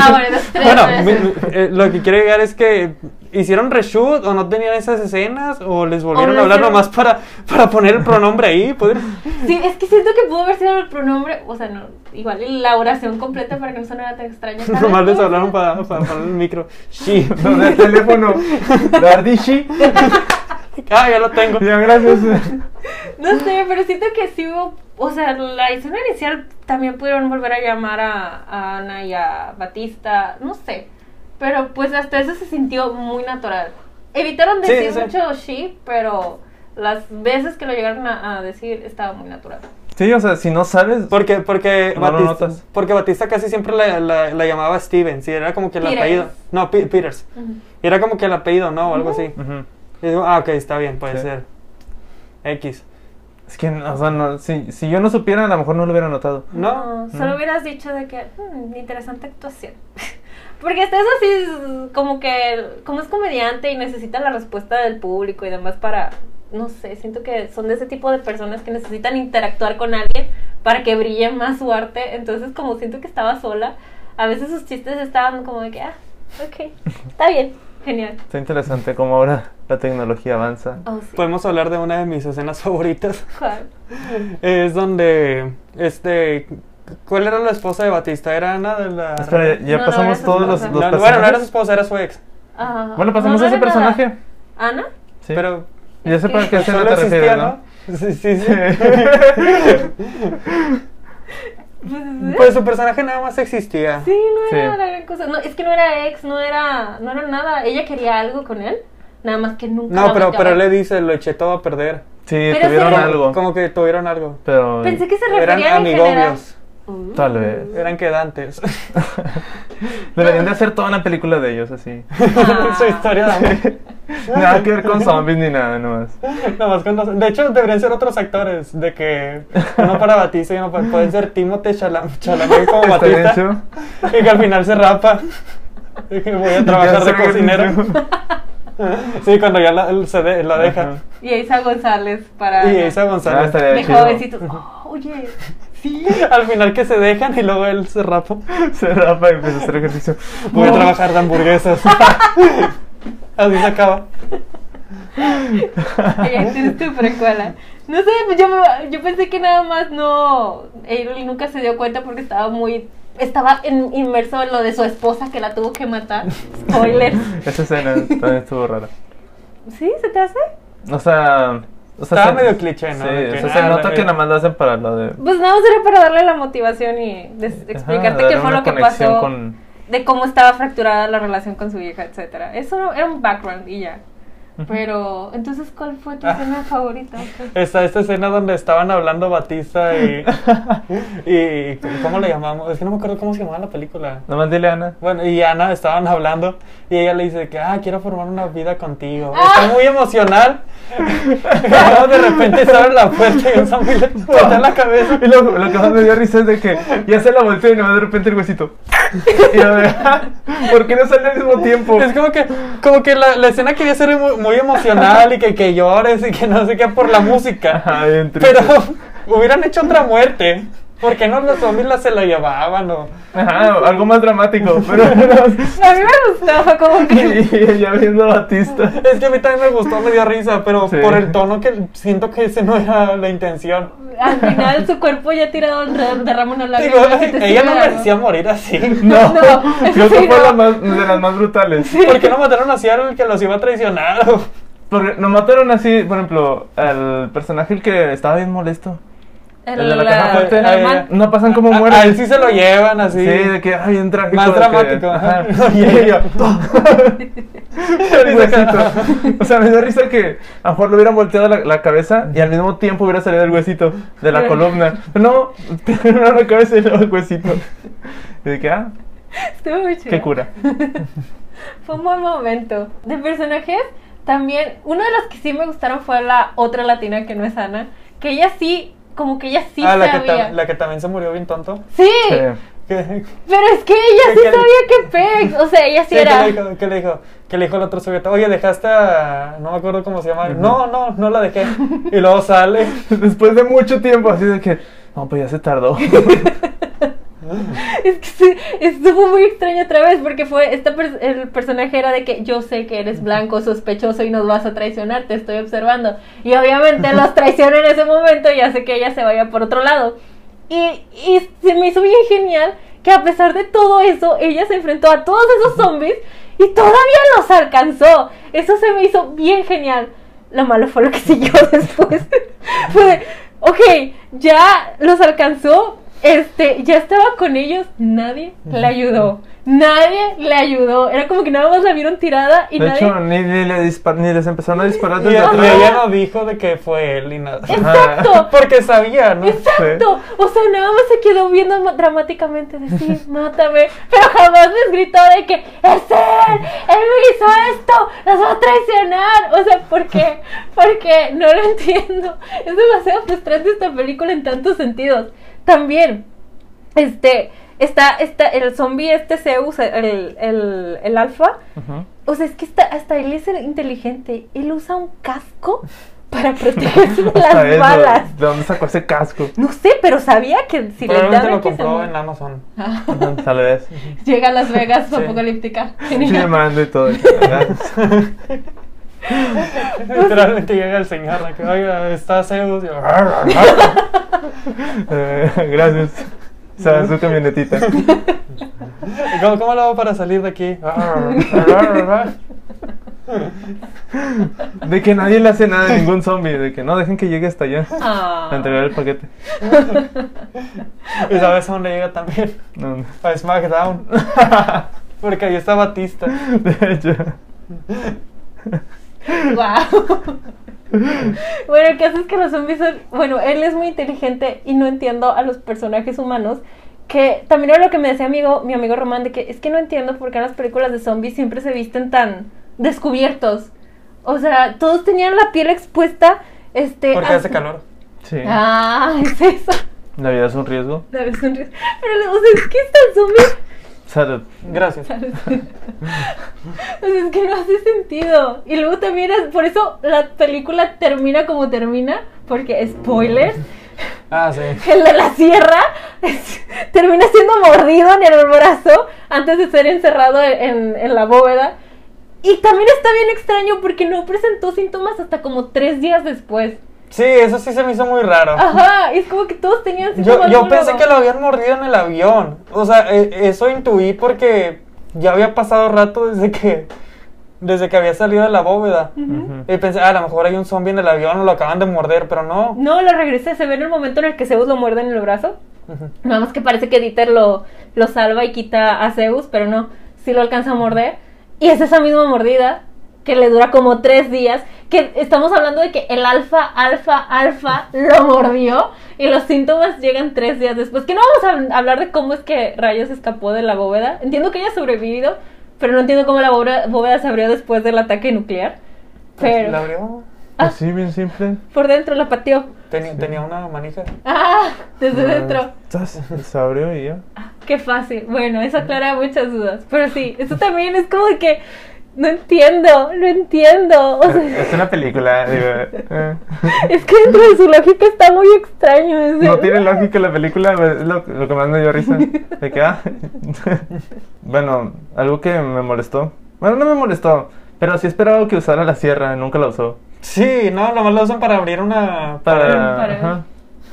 A: Ah, bueno, los tres,
B: Bueno,
A: tres.
B: mi- eh, lo que quiero llegar es que hicieron reshoot o no tenían esas escenas o les volvieron
A: lo
B: a hablar
A: hicieron-
B: nomás para, para poner el pronombre ahí. poder-
A: Sí, es que siento que pudo haber sido el pronombre, o sea, no, igual y la oración completa para que no sonara tan extraña. ¿sabes?
B: Nomás les hablaron para, para poner el micro. She.
C: Donde el teléfono. Dardishi.
B: Ah, ya lo tengo.
C: Ya, gracias.
A: No sé, pero siento que sí hubo, o sea, la escena inicial también pudieron volver a llamar a, a Ana y a Batista, no sé. Pero pues hasta eso se sintió muy natural. Evitaron
B: Sí,
A: decir
B: sí.
A: mucho she, pero las veces que lo llegaron a, a decir estaba muy natural.
C: Sí, o sea, si no sabes.
B: Porque, porque,
C: No lo
B: Batista,
C: notas.
B: porque Batista casi siempre la, la- la llamaba Steven, sí, era como que el
A: Peters.
B: apellido. No, Pe- Peters. Era como que el apellido, ¿no? O algo así.
C: Ujú.
B: Y digo, ah, ok, está bien, puede
C: Sí.
B: ser. X.
C: Es que, o sea, no- si, si yo no supiera, a lo mejor no lo hubiera notado.
B: ¿No?
A: solo
C: Mm.
A: hubieras dicho de que, "Hmm, interesante actuación. Porque hasta eso sí es como que, como es comediante y necesita la respuesta del público y demás para, no sé, siento que son de ese tipo de personas que necesitan interactuar con alguien para que brille más su arte. Entonces como siento que estaba sola, a veces sus chistes estaban como de que, ah, ok, está bien, genial.
C: Está interesante cómo ahora la tecnología avanza.
A: Oh, sí.
B: Podemos hablar de una de mis escenas favoritas.
A: ¿Cuál?
B: Es donde. Este. ¿Cuál era la esposa de Batista? Era Ana de la.
C: Espera, ya, ya
A: No, no,
C: pasamos
A: eso
C: todos
A: no,
C: los,
A: no.
C: los
B: No, no, bueno, no era su
C: personajes.
B: esposa, era su ex.
A: Ah,
C: Bueno, pasamos
A: no,
C: a
A: no
C: ese
A: era nada.
C: personaje.
A: ¿Ana?
C: Sí.
B: Pero.
C: ya sé para qué escena
B: solo
C: te
B: existía,
C: refieres, ¿no?
B: Sí, sí, sí.
A: Pues,
B: pues su personaje nada más existía.
A: Sí, no era
C: Sí.
A: la gran cosa. No, es que no era ex, no era, no era nada. Ella quería algo con él, nada más que nunca. la
B: No, pero,
A: volteó a ver.
B: pero le dice, lo eché todo a perder.
C: Sí,
A: Pero
C: tuvieron
A: será-
C: algo.
B: Como que tuvieron algo.
C: Pero.
A: Pensé que se
B: Eran
A: referían en general.
B: amigobios.
A: Uh.
C: Tal vez.
B: Eran quedantes.
C: Deberían de hacer toda una película de ellos así.
A: Ah.
B: Su historia de amor.
C: nada que ver con zombies ni nada, nomás.
B: Nada más con los- De hecho, deberían ser otros actores. De que uno para Batista y uno para. Pueden ser Timote Chalam Chalamet como
C: Está bien
B: Batista.
C: hecho.
B: Y que al final se rapa. Y que voy a trabajar de
C: Ya sé,
B: cocinero. Sí, cuando ya la, se de- la deja.
C: Ajá.
A: Y a Isa González para.
B: Y Isa
C: Ah,
B: González.
C: estaría
A: De
C: chido.
A: jovencitos. Oh, oye, sí.
B: Al final que se dejan y luego él se rapa.
C: Se rapa y empieza a hacer ejercicio.
B: Voy a trabajar de hamburguesas. Así se acaba.
A: Ella es tu precuela. No sé, pues yo, me- yo pensé que nada más no. Él nunca se dio cuenta porque estaba muy. Estaba en- inmerso en lo de su esposa que la tuvo que matar. Spoiler.
C: Esa escena también estuvo rara.
A: ¿Sí? ¿Se te hace?
C: O sea. O sea
B: Estaba medio cliché, ¿no?
C: Sí,
B: De
C: o
B: que,
C: sea, se
B: ah,
C: nota
B: la-
C: que nada más lo hacen para lo de.
A: Pues nada más era para darle la motivación y des-
C: Ajá,
A: explicarte
C: darle
A: qué fue
C: una
A: lo que
C: conexión
A: pasó,
C: con-
A: de cómo estaba fracturada la relación con su vieja, etcétera. Eso era- era un background y ya. Pero, entonces, ¿cuál fue tu
B: Ah.
A: escena favorita?
B: Está esta escena donde estaban hablando Batista y, y. ¿Cómo le llamamos? Es que no me acuerdo cómo se llamaba la película.
C: Nomás dile a Ana.
B: Bueno, y Ana estaban hablando y ella le dice que, ah, quiero formar una vida contigo.
A: Ah.
B: Está muy emocional. Luego de repente se abre la puerta y un zombie le patea en la cabeza.
C: Y lo, lo que más me dio risa es de que ya se la volteó y nomás de repente el huesito. Y yo de, "Ah, ¿por qué no sale al mismo tiempo?
B: Es como que, como que la, la escena quería ser muy, muy emocional y que, que llores y que no sé qué por la música.
C: Ajá, bien triste.
B: Pero hubieran hecho otra muerte. Porque no los zombies la, se la llevaban o.
C: Ajá, algo más dramático. Pero no,
A: No, a mí me gustó, fue como que...
C: y ella viendo a Batista.
B: Es que a mí también me gustó, me dio risa, pero
C: Sí.
B: por el tono que siento que ese no era la intención.
A: Al final su cuerpo ya tirado derramó derrama una
B: Digo,
A: lágrima. si te sirve
B: ella no
A: de algo.
B: merecía morir así.
C: No,
A: No, eso
C: creo que
A: sí,
C: fue
A: no.
C: la más- de las más brutales.
B: ¿Por qué no mataron a Seattle que los iba a traicionar?
C: Porque nos mataron así, por ejemplo, al personaje el que estaba bien molesto.
A: El,
C: el de la
A: la- eh,
C: caja fuerte, eh,
A: el
B: ah,
A: man-
B: ya,
C: No pasan como
B: A-
C: muere.
B: A él sí se lo llevan así.
C: Sí, de que, ay, bien trágico.
B: Más
C: de que-
B: dramático, ajá.
C: Y ella,
B: Dice que
C: el
B: no.
C: huesito. O sea, me dio risa que a lo mejor le hubieran volteado la, la cabeza y al mismo tiempo hubiera salido el huesito de la columna. No, no la cabeza y luego el huesito. Y de que, ah,
A: Estuvo muy chido.
C: qué cura.
A: Fue un buen momento. De personajes, también, una de las que sí me gustaron fue la otra latina que no es Ana, que ella sí, como que ella sí
B: ah, la que,
A: sabía.
B: tam- la que también se murió bien tonto.
A: Sí,
C: Sí.
B: Que-
A: pero es que ella
B: Que-
A: sí
B: que-
A: sabía que pex, o sea, ella sí,
B: Sí,
A: era.
B: que le dijo, que le dijo, que le dijo el otro sujeto, oye, dejaste a, no me acuerdo cómo se llama, no, no, no la dejé, y luego sale,
C: Después de mucho tiempo, así de que, no, pues ya se tardó.
A: Es que sí, esto fue muy extraño otra vez porque fue esta pers- el personaje era de que yo sé que eres blanco, sospechoso y nos vas a traicionar, te estoy observando. Y obviamente los traiciona en ese momento y hace que ella se vaya por otro lado. Y, y se me hizo bien genial que a pesar de todo eso, ella se enfrentó a todos esos zombies y todavía los alcanzó. Eso se me hizo bien genial. Lo malo fue lo que siguió después. Fue de, ok, ya los alcanzó, este, ya estaba con ellos, nadie le ayudó. Nadie le ayudó. Era como que nada más la vieron tirada y
C: De
A: nadie...
C: hecho, ni, ni le dispar- ni les empezaron a disparar
B: y,
C: desde
B: el- y
C: atrás.
B: ella no dijo de que fue él y nada.
A: Exacto.
B: Porque sabía, ¿no?
A: Exacto, o sea, nada más se quedó viendo ma- dramáticamente de sí, mátame, pero jamás les gritó de que es él, él me hizo esto, nos va a traicionar, o sea, ¿por qué? Porque no lo entiendo, es demasiado frustrante esta película en tantos sentidos. También, este, está, está el zombie este Zeus, el, el, el alfa,
C: Ujú.
A: o sea, es que está, hasta él es inteligente. Él usa un casco para protegerse de
C: Hasta
A: las
C: eso,
A: balas.
C: ¿De dónde sacó ese casco?
A: No sé, pero sabía que si le
B: Probablemente
A: daban
B: lo
A: que se
B: compró
A: mu-
B: en Amazon.
A: Ah,
C: Tal vez.
A: Llega a Las Vegas
B: Sí.
A: apocalíptica.
C: Sí,
A: Genial.
C: mando y todo.
B: Literalmente llega el señor, de que, oiga, está Zeus. y yo,
C: Eh, gracias. O sea, su camionetita.
B: "¿Y ¿Cómo, ¿Cómo lo hago para salir de aquí?
C: De que nadie le hace nada a ningún zombie. De que no, dejen que llegue hasta allá.
A: Ah.
C: A entregar el paquete.
B: ¿Y sabes a dónde llega también?
C: No, no.
B: A SmackDown. Porque ahí está Batista.
C: De hecho.
A: Wow. Bueno, el caso es que los zombies son. Bueno, él es muy inteligente y no entiendo a los personajes humanos. Que también era lo que me decía amigo, mi amigo Román, de que es que no entiendo por qué en las películas de zombies siempre se visten tan descubiertos. O sea, todos tenían la piel expuesta. Este,
B: Porque
A: a-
B: hace calor.
C: Sí.
A: Ah, es eso.
C: La vida es un riesgo.
A: La vez sonríe. Pero, o sea, es que están zombies.
C: Salud.
B: Gracias.
A: Pues es que no hace sentido. Y luego también es, por eso la película termina como termina, porque spoilers,
B: Ah, sí.
A: el de la sierra es- termina siendo mordido en el brazo antes de ser encerrado en, en la bóveda. Y también está bien extraño porque no presentó síntomas hasta como tres días después.
B: Sí, eso sí se me hizo muy raro.
A: Ajá, es como que todos tenían
B: Yo,
A: síntomas.
B: yo
A: luego,
B: pensé
A: luego.
B: que lo habían mordido en el avión. O sea, e- eso intuí porque ya había pasado rato desde que desde que había salido de la bóveda.
C: Ujú.
A: Mm.
B: Y pensé, ah, a lo mejor hay un zombie en el avión o lo acaban de morder, pero no.
A: No, lo regresé. Se ve en el momento en el que Zeus lo muerde en el brazo.
B: Ujú.
A: Nada más que parece que Dieter lo, lo salva y quita a Zeus, pero no, sí lo alcanza a morder. Y es esa misma mordida que le dura como tres días. Que estamos hablando de que el alfa, alfa, alfa lo mordió y los síntomas llegan tres días después. Que no vamos a hablar de cómo es que Rayos escapó de la bóveda. Entiendo que haya sobrevivido, pero no entiendo cómo la bóveda, bóveda se abrió después del ataque nuclear. Pero
B: Pues, ¿La abrió?
A: Ah.
C: Así, bien simple.
A: por dentro la pateó.
B: Tenía, tenía una manija.
A: ¡Ah! Desde dentro.
C: Zas, Se abrió y ya.
A: Qué fácil. Bueno, eso aclara muchas dudas. Pero sí, eso también es como de que no entiendo, no entiendo. O
B: Eh,
A: sea,
C: Es una película. digo, eh.
A: es que dentro de su lógica está muy extraño. es de-
C: No tiene lógica la película, es lo, lo que más me dio risa. De que, ah, bueno, algo que me molestó. Bueno, no me molestó, pero sí esperaba que usara la sierra, nunca la usó.
B: Sí, no, nomás lo usan para abrir una.
C: Para.
A: Para-
C: ajá.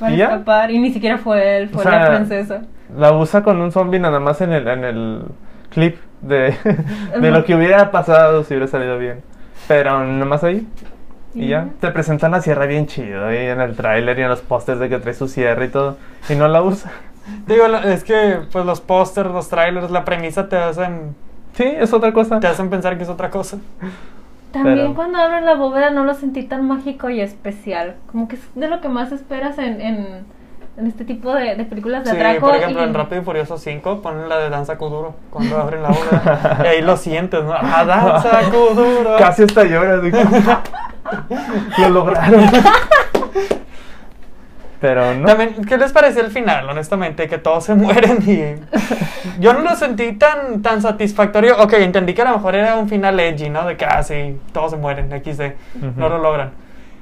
A: Para
C: ¿Y ya?
A: escapar. Y ni siquiera fue él, fue
C: O sea,
A: la princesa.
C: La usa con un zombie nada más en el, en el clip de, de
A: Ajá.
C: lo que hubiera pasado si hubiera salido bien. Pero nada más ahí. Y ya, te presentan la sierra bien chido, y en el tráiler y en los pósters de que trae su sierra y todo, y no la usa.
B: Digo, la- es que pues los pósters, los trailers, la premisa te hacen
C: Sí, es otra cosa.
B: te hacen pensar que es otra cosa.
A: También
C: pero-
A: cuando abren la bóveda no lo sentí tan mágico y especial. Como que es de lo que más esperas en, en, en este tipo de, de películas de
B: Sí,
A: atraco.
B: por ejemplo,
A: y-
B: en Rápido y Furioso 5 ponen la de Danza Kuduro cuando abren la obra. y ahí lo sientes, ¿no? ¡A Danza Kuduro!
C: Casi hasta llora. de que- Lo lograron. Pero no.
B: También, ¿qué les pareció el final, honestamente? Que todos se mueren y... Yo no lo sentí tan, tan satisfactorio. Ok, entendí que a lo mejor era un final edgy, ¿no? De que, ah, sí, todos se mueren, XD, no lo logran.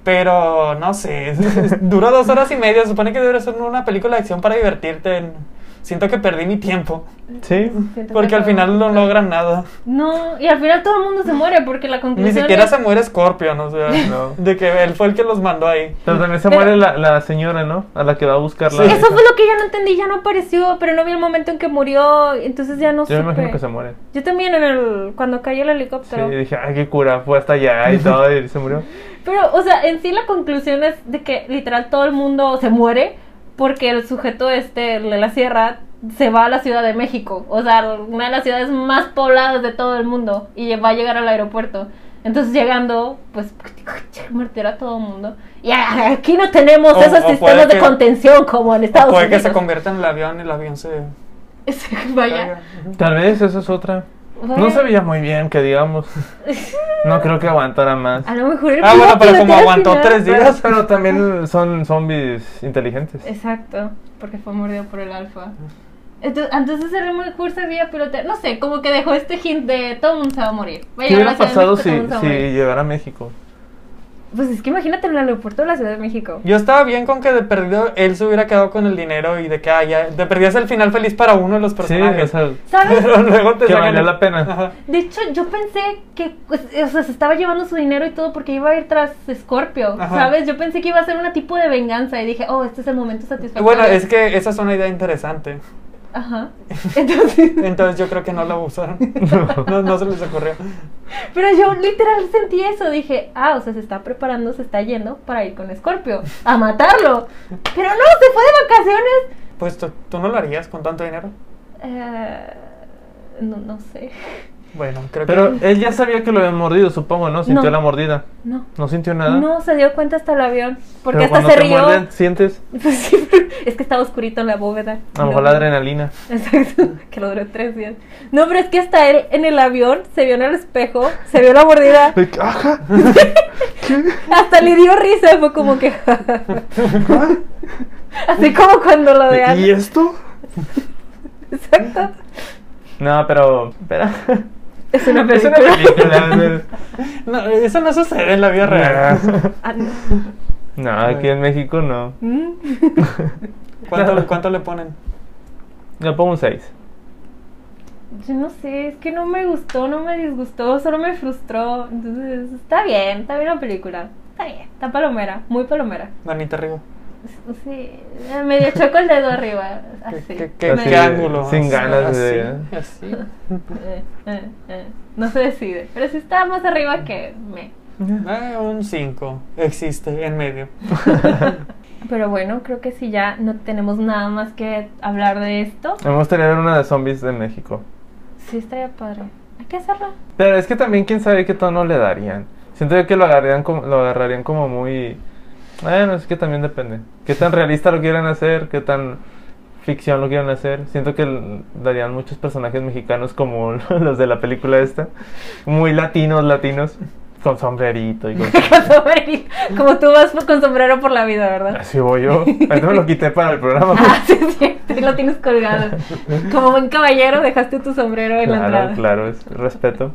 B: Pero, no sé, duró dos horas y media. Se supone que debe ser una película de acción para divertirte. Siento que perdí mi tiempo,
C: Sí.
A: Siento que
B: porque al
A: todo-
B: final no logran nada.
A: No, y al final todo el mundo se muere porque la
B: Ni
A: conclusión
B: siquiera
A: es-
B: se muere Scorpion, o sea,
C: No.
B: de que él fue el que los mandó ahí.
C: Pero también se
A: Pero-
C: muere la, la señora, ¿no? A la que va a buscarla.
B: Sí.
A: Eso fue lo que yo no entendí, ya no apareció, pero no vi el momento en que murió, entonces ya no
C: Yo me
A: supe.
C: imagino que se muere.
A: Yo también en el cuando cayó el
C: Sí,
A: helicóptero.
C: dije, ay, qué cura, fue hasta allá y todo, y se murió.
A: Pero, o sea, en sí la conclusión es de que literal todo el mundo se muere porque el sujeto este, el de la sierra, se va a la Ciudad de México. O sea, una de las ciudades más pobladas de todo el mundo y va a llegar al aeropuerto. Entonces llegando, pues, martirá a todo el mundo. Y a- aquí no tenemos
B: O- o
A: esos
B: puede
A: sistemas de
B: que-
A: contención como en Estados
B: Puede que
A: Unidos.
B: se convierta en el avión y el avión se...
A: Se vaya.
B: caiga.
C: Tal vez esa es otra. No
A: Vaya.
C: se veía muy bien, que digamos. No creo que aguantara más.
A: A lo mejor el
B: Ah, bueno,
A: piloto
B: pero
A: lo
B: como
A: tiene al
B: aguantó
A: final.
B: tres
C: Pero,
B: días.
C: pero también son zombies inteligentes.
A: Exacto, porque fue mordido por el alfa.
B: Ah.
A: Entonces, entonces el muy curso había pilotear. No sé, como que dejó este hint de todo el mundo se va a morir. Va a
C: ¿Qué
A: llegar a
C: hubiera
A: la Ciudad de
C: pasado
A: México, todo el
C: si,
A: mundo se va a
C: si
A: morir.
C: llegara a México?
A: Pues es que imagínate en el aeropuerto de la Ciudad de México.
B: Yo estaba bien con que de perdido él se hubiera quedado con el dinero y de que ah, ya, de perdidas el final feliz para uno de los
C: Sí,
B: personajes.
C: o sea,
A: ¿Sabes?
B: pero luego te
C: Que
B: sacan
C: valió
B: el-
C: la pena.
B: Ajá.
A: De hecho, yo pensé que pues, o sea, se estaba llevando su dinero y todo porque iba a ir tras Scorpio,
B: Ajá.
A: ¿sabes? Yo pensé que iba a ser un tipo de venganza y dije, oh, este es el momento
B: Y
A: satisfactorio.
B: Bueno, es que esa es una idea interesante.
A: Ajá. Entonces...
B: Entonces yo creo que no la usaron. No, no se les ocurrió.
A: Pero yo literal sentí eso, dije, ah, o sea, se está preparando, se está yendo para ir con Scorpio, a matarlo. Pero no, se fue de vacaciones.
B: Pues tú, tú no lo harías con tanto dinero.
A: Eh, no, no sé.
B: Bueno, creo
C: Pero
B: que.
C: él ya sabía que lo habían mordido, supongo, ¿no? Sintió
A: No.
C: la mordida.
A: No.
C: No sintió nada.
A: No, se dio cuenta hasta el avión, porque
C: Pero
A: hasta
C: cuando
A: se
C: te
A: rió.
C: muerden, sientes
A: Pues sí, pero es que estaba oscurito en la bóveda.
C: a lo
A: No.
C: mejor la adrenalina.
A: Exacto, que lo duró tres días. No, pero es que hasta él en el avión se vio en el espejo, se vio la mordida,
C: De que, Ajá.
A: hasta le dio risa, fue como que... Así como cuando lo de Ana.
C: ¿Y esto?
A: Exacto.
C: No, pero. Espera.
A: Es una
C: Es una
A: película.
C: película.
B: No, eso no sucede en la vida real.
A: Ah, no.
C: No, aquí en México no.
A: Mm.
B: ¿Cuánto, cuánto le ponen?
C: Le pongo un 6.
A: Yo no sé, es que no me gustó, no me disgustó, solo me frustró. Entonces, está bien, está bien la película. Está bien, está palomera, muy palomera.
B: Manita arriba.
A: Sí, eh, medio choco el dedo arriba.
B: ¿Qué,
A: Así.
B: qué- qué-
C: Así,
B: qué ángulo?
C: sin
B: Así,
C: ganas de-
B: Así, así.
A: Eh, eh, eh, No se decide. Pero si está más arriba que me.
B: Eh, un 5 existe en medio.
A: Pero bueno, creo que si ya no tenemos nada más que hablar de esto,
C: Me gustaría ver una de zombies de México.
A: sí estaría padre. Hay que hacerlo.
C: Pero es que también quién sabe qué tono le darían. Siento yo que lo agarrarían como, lo agarrarían como muy... Bueno, es que también depende. Qué tan realista lo quieran hacer, qué tan ficción lo quieran hacer. Siento que l- darían muchos personajes mexicanos como los de la película esta. Muy latinos, latinos. Con sombrerito y con...
A: Con sombrerito. Como tú vas con sombrero por la vida, ¿verdad?
C: Así voy yo. Ahorita me lo quité para el programa.
A: Ah, sí, es cierto, y lo tienes colgado. Como buen caballero, dejaste tu sombrero en la
C: Claro,
A: entrada.
C: claro, es respeto.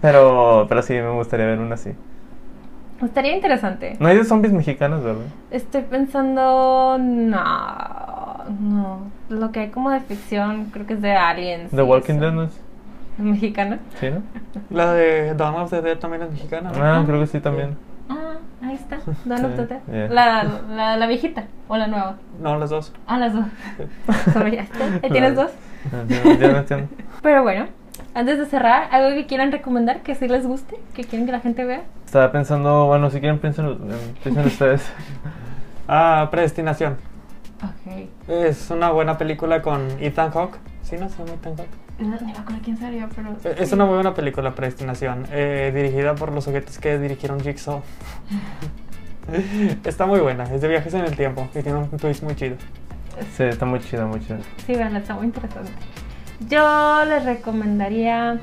C: Pero, pero sí, me gustaría ver una así.
A: Estaría interesante.
C: No hay de zombies mexicanos, ¿verdad?
A: Estoy pensando. No. No. Lo que hay como de ficción, creo que es de Aliens.
C: The
A: y
C: Walking
A: eso.
C: Dead no es...
A: ¿Mexicana?
C: ¿Sí, no?
B: La de Dawn of the Dead también es mexicana. ¿no?
C: Ah, creo que sí también.
A: Ah, ahí está. Dawn of the Dead.
C: Yeah.
A: La, la, la viejita o la nueva.
B: No, las dos.
A: Ah, las dos. Sorry, ahí está. Ahí ¿Tienes
C: Claro.
A: dos?
C: Ah, ya- ya no entiendo.
A: Pero bueno, antes de cerrar, ¿algo que quieran recomendar que sí les guste? ¿Que quieren que la gente vea?
C: Estaba pensando, bueno, si quieren piensen, piensen ustedes.
B: Ah, Predestinación.
A: Ok.
B: Es una buena película con Ethan Hawke. ¿Sí no se llama Ethan Hawke?
A: No, no me acuerdo quién salió, pero.
B: Eh, Es
A: sí.
B: una muy buena película, Predestinación, eh, dirigida por los sujetos que dirigieron Jigsaw. Está muy buena, es de viajes en el tiempo y tiene un twist muy chido.
C: Sí, está muy chida, muy chida.
A: Sí, veanla, está muy interesante. Yo les recomendaría.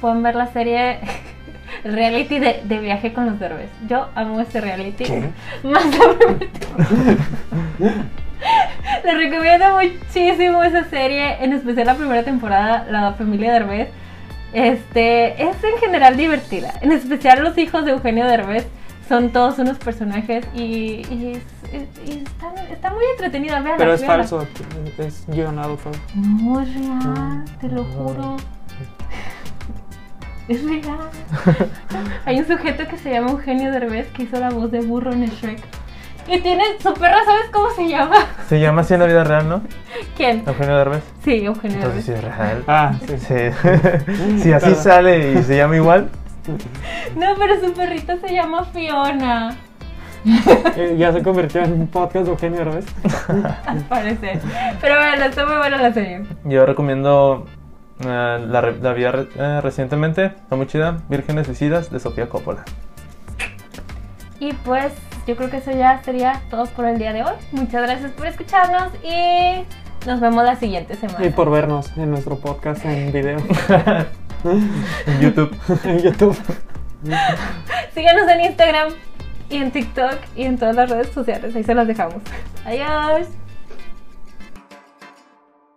A: Pueden ver la serie. Reality de, de viaje con los derbes. Yo amo este reality.
B: ¿Qué?
A: Más Les recomiendo muchísimo esa serie, en especial la primera temporada, La familia Derbez. Este, es en general divertida. En especial los hijos de Eugenio Derbez son todos unos personajes y, y es- y- y está, está muy entretenida. Véanla,
B: Pero es
A: véanla.
B: falso, es guionado todo.
A: No, es real, te lo juro. Es real. Hay un sujeto que se llama Eugenio Derbez que hizo la voz de burro en el Shrek. Y tiene su perra, ¿sabes cómo se llama?
C: Se llama así en la vida real, ¿no?
A: ¿Quién?
C: Eugenio Derbez.
A: Sí, Eugenio
C: Ah. Entonces sí
A: Derbez.
C: es real.
B: Ah, sí, sí.
C: Sí. Si así
B: Perdón.
C: sale y se llama igual,
A: No, pero su perrito se llama Fiona,
B: Eh, ya se convirtió en un podcast de Eugenio Derbez.
A: al parecer. Pero bueno, está muy buena la serie.
C: yo recomiendo eh, la, re- la vi re- eh, recientemente, está muy chida, Vírgenes Suicidas de Sofía Coppola.
A: Y pues yo creo que eso ya sería todo por el día de hoy. Muchas gracias por escucharnos y nos vemos la siguiente semana.
B: Y por vernos en nuestro podcast en video
C: en YouTube.
B: en YouTube.
A: Síganos en Instagram y en TikTok y en todas las redes sociales. Ahí se las dejamos. Adiós.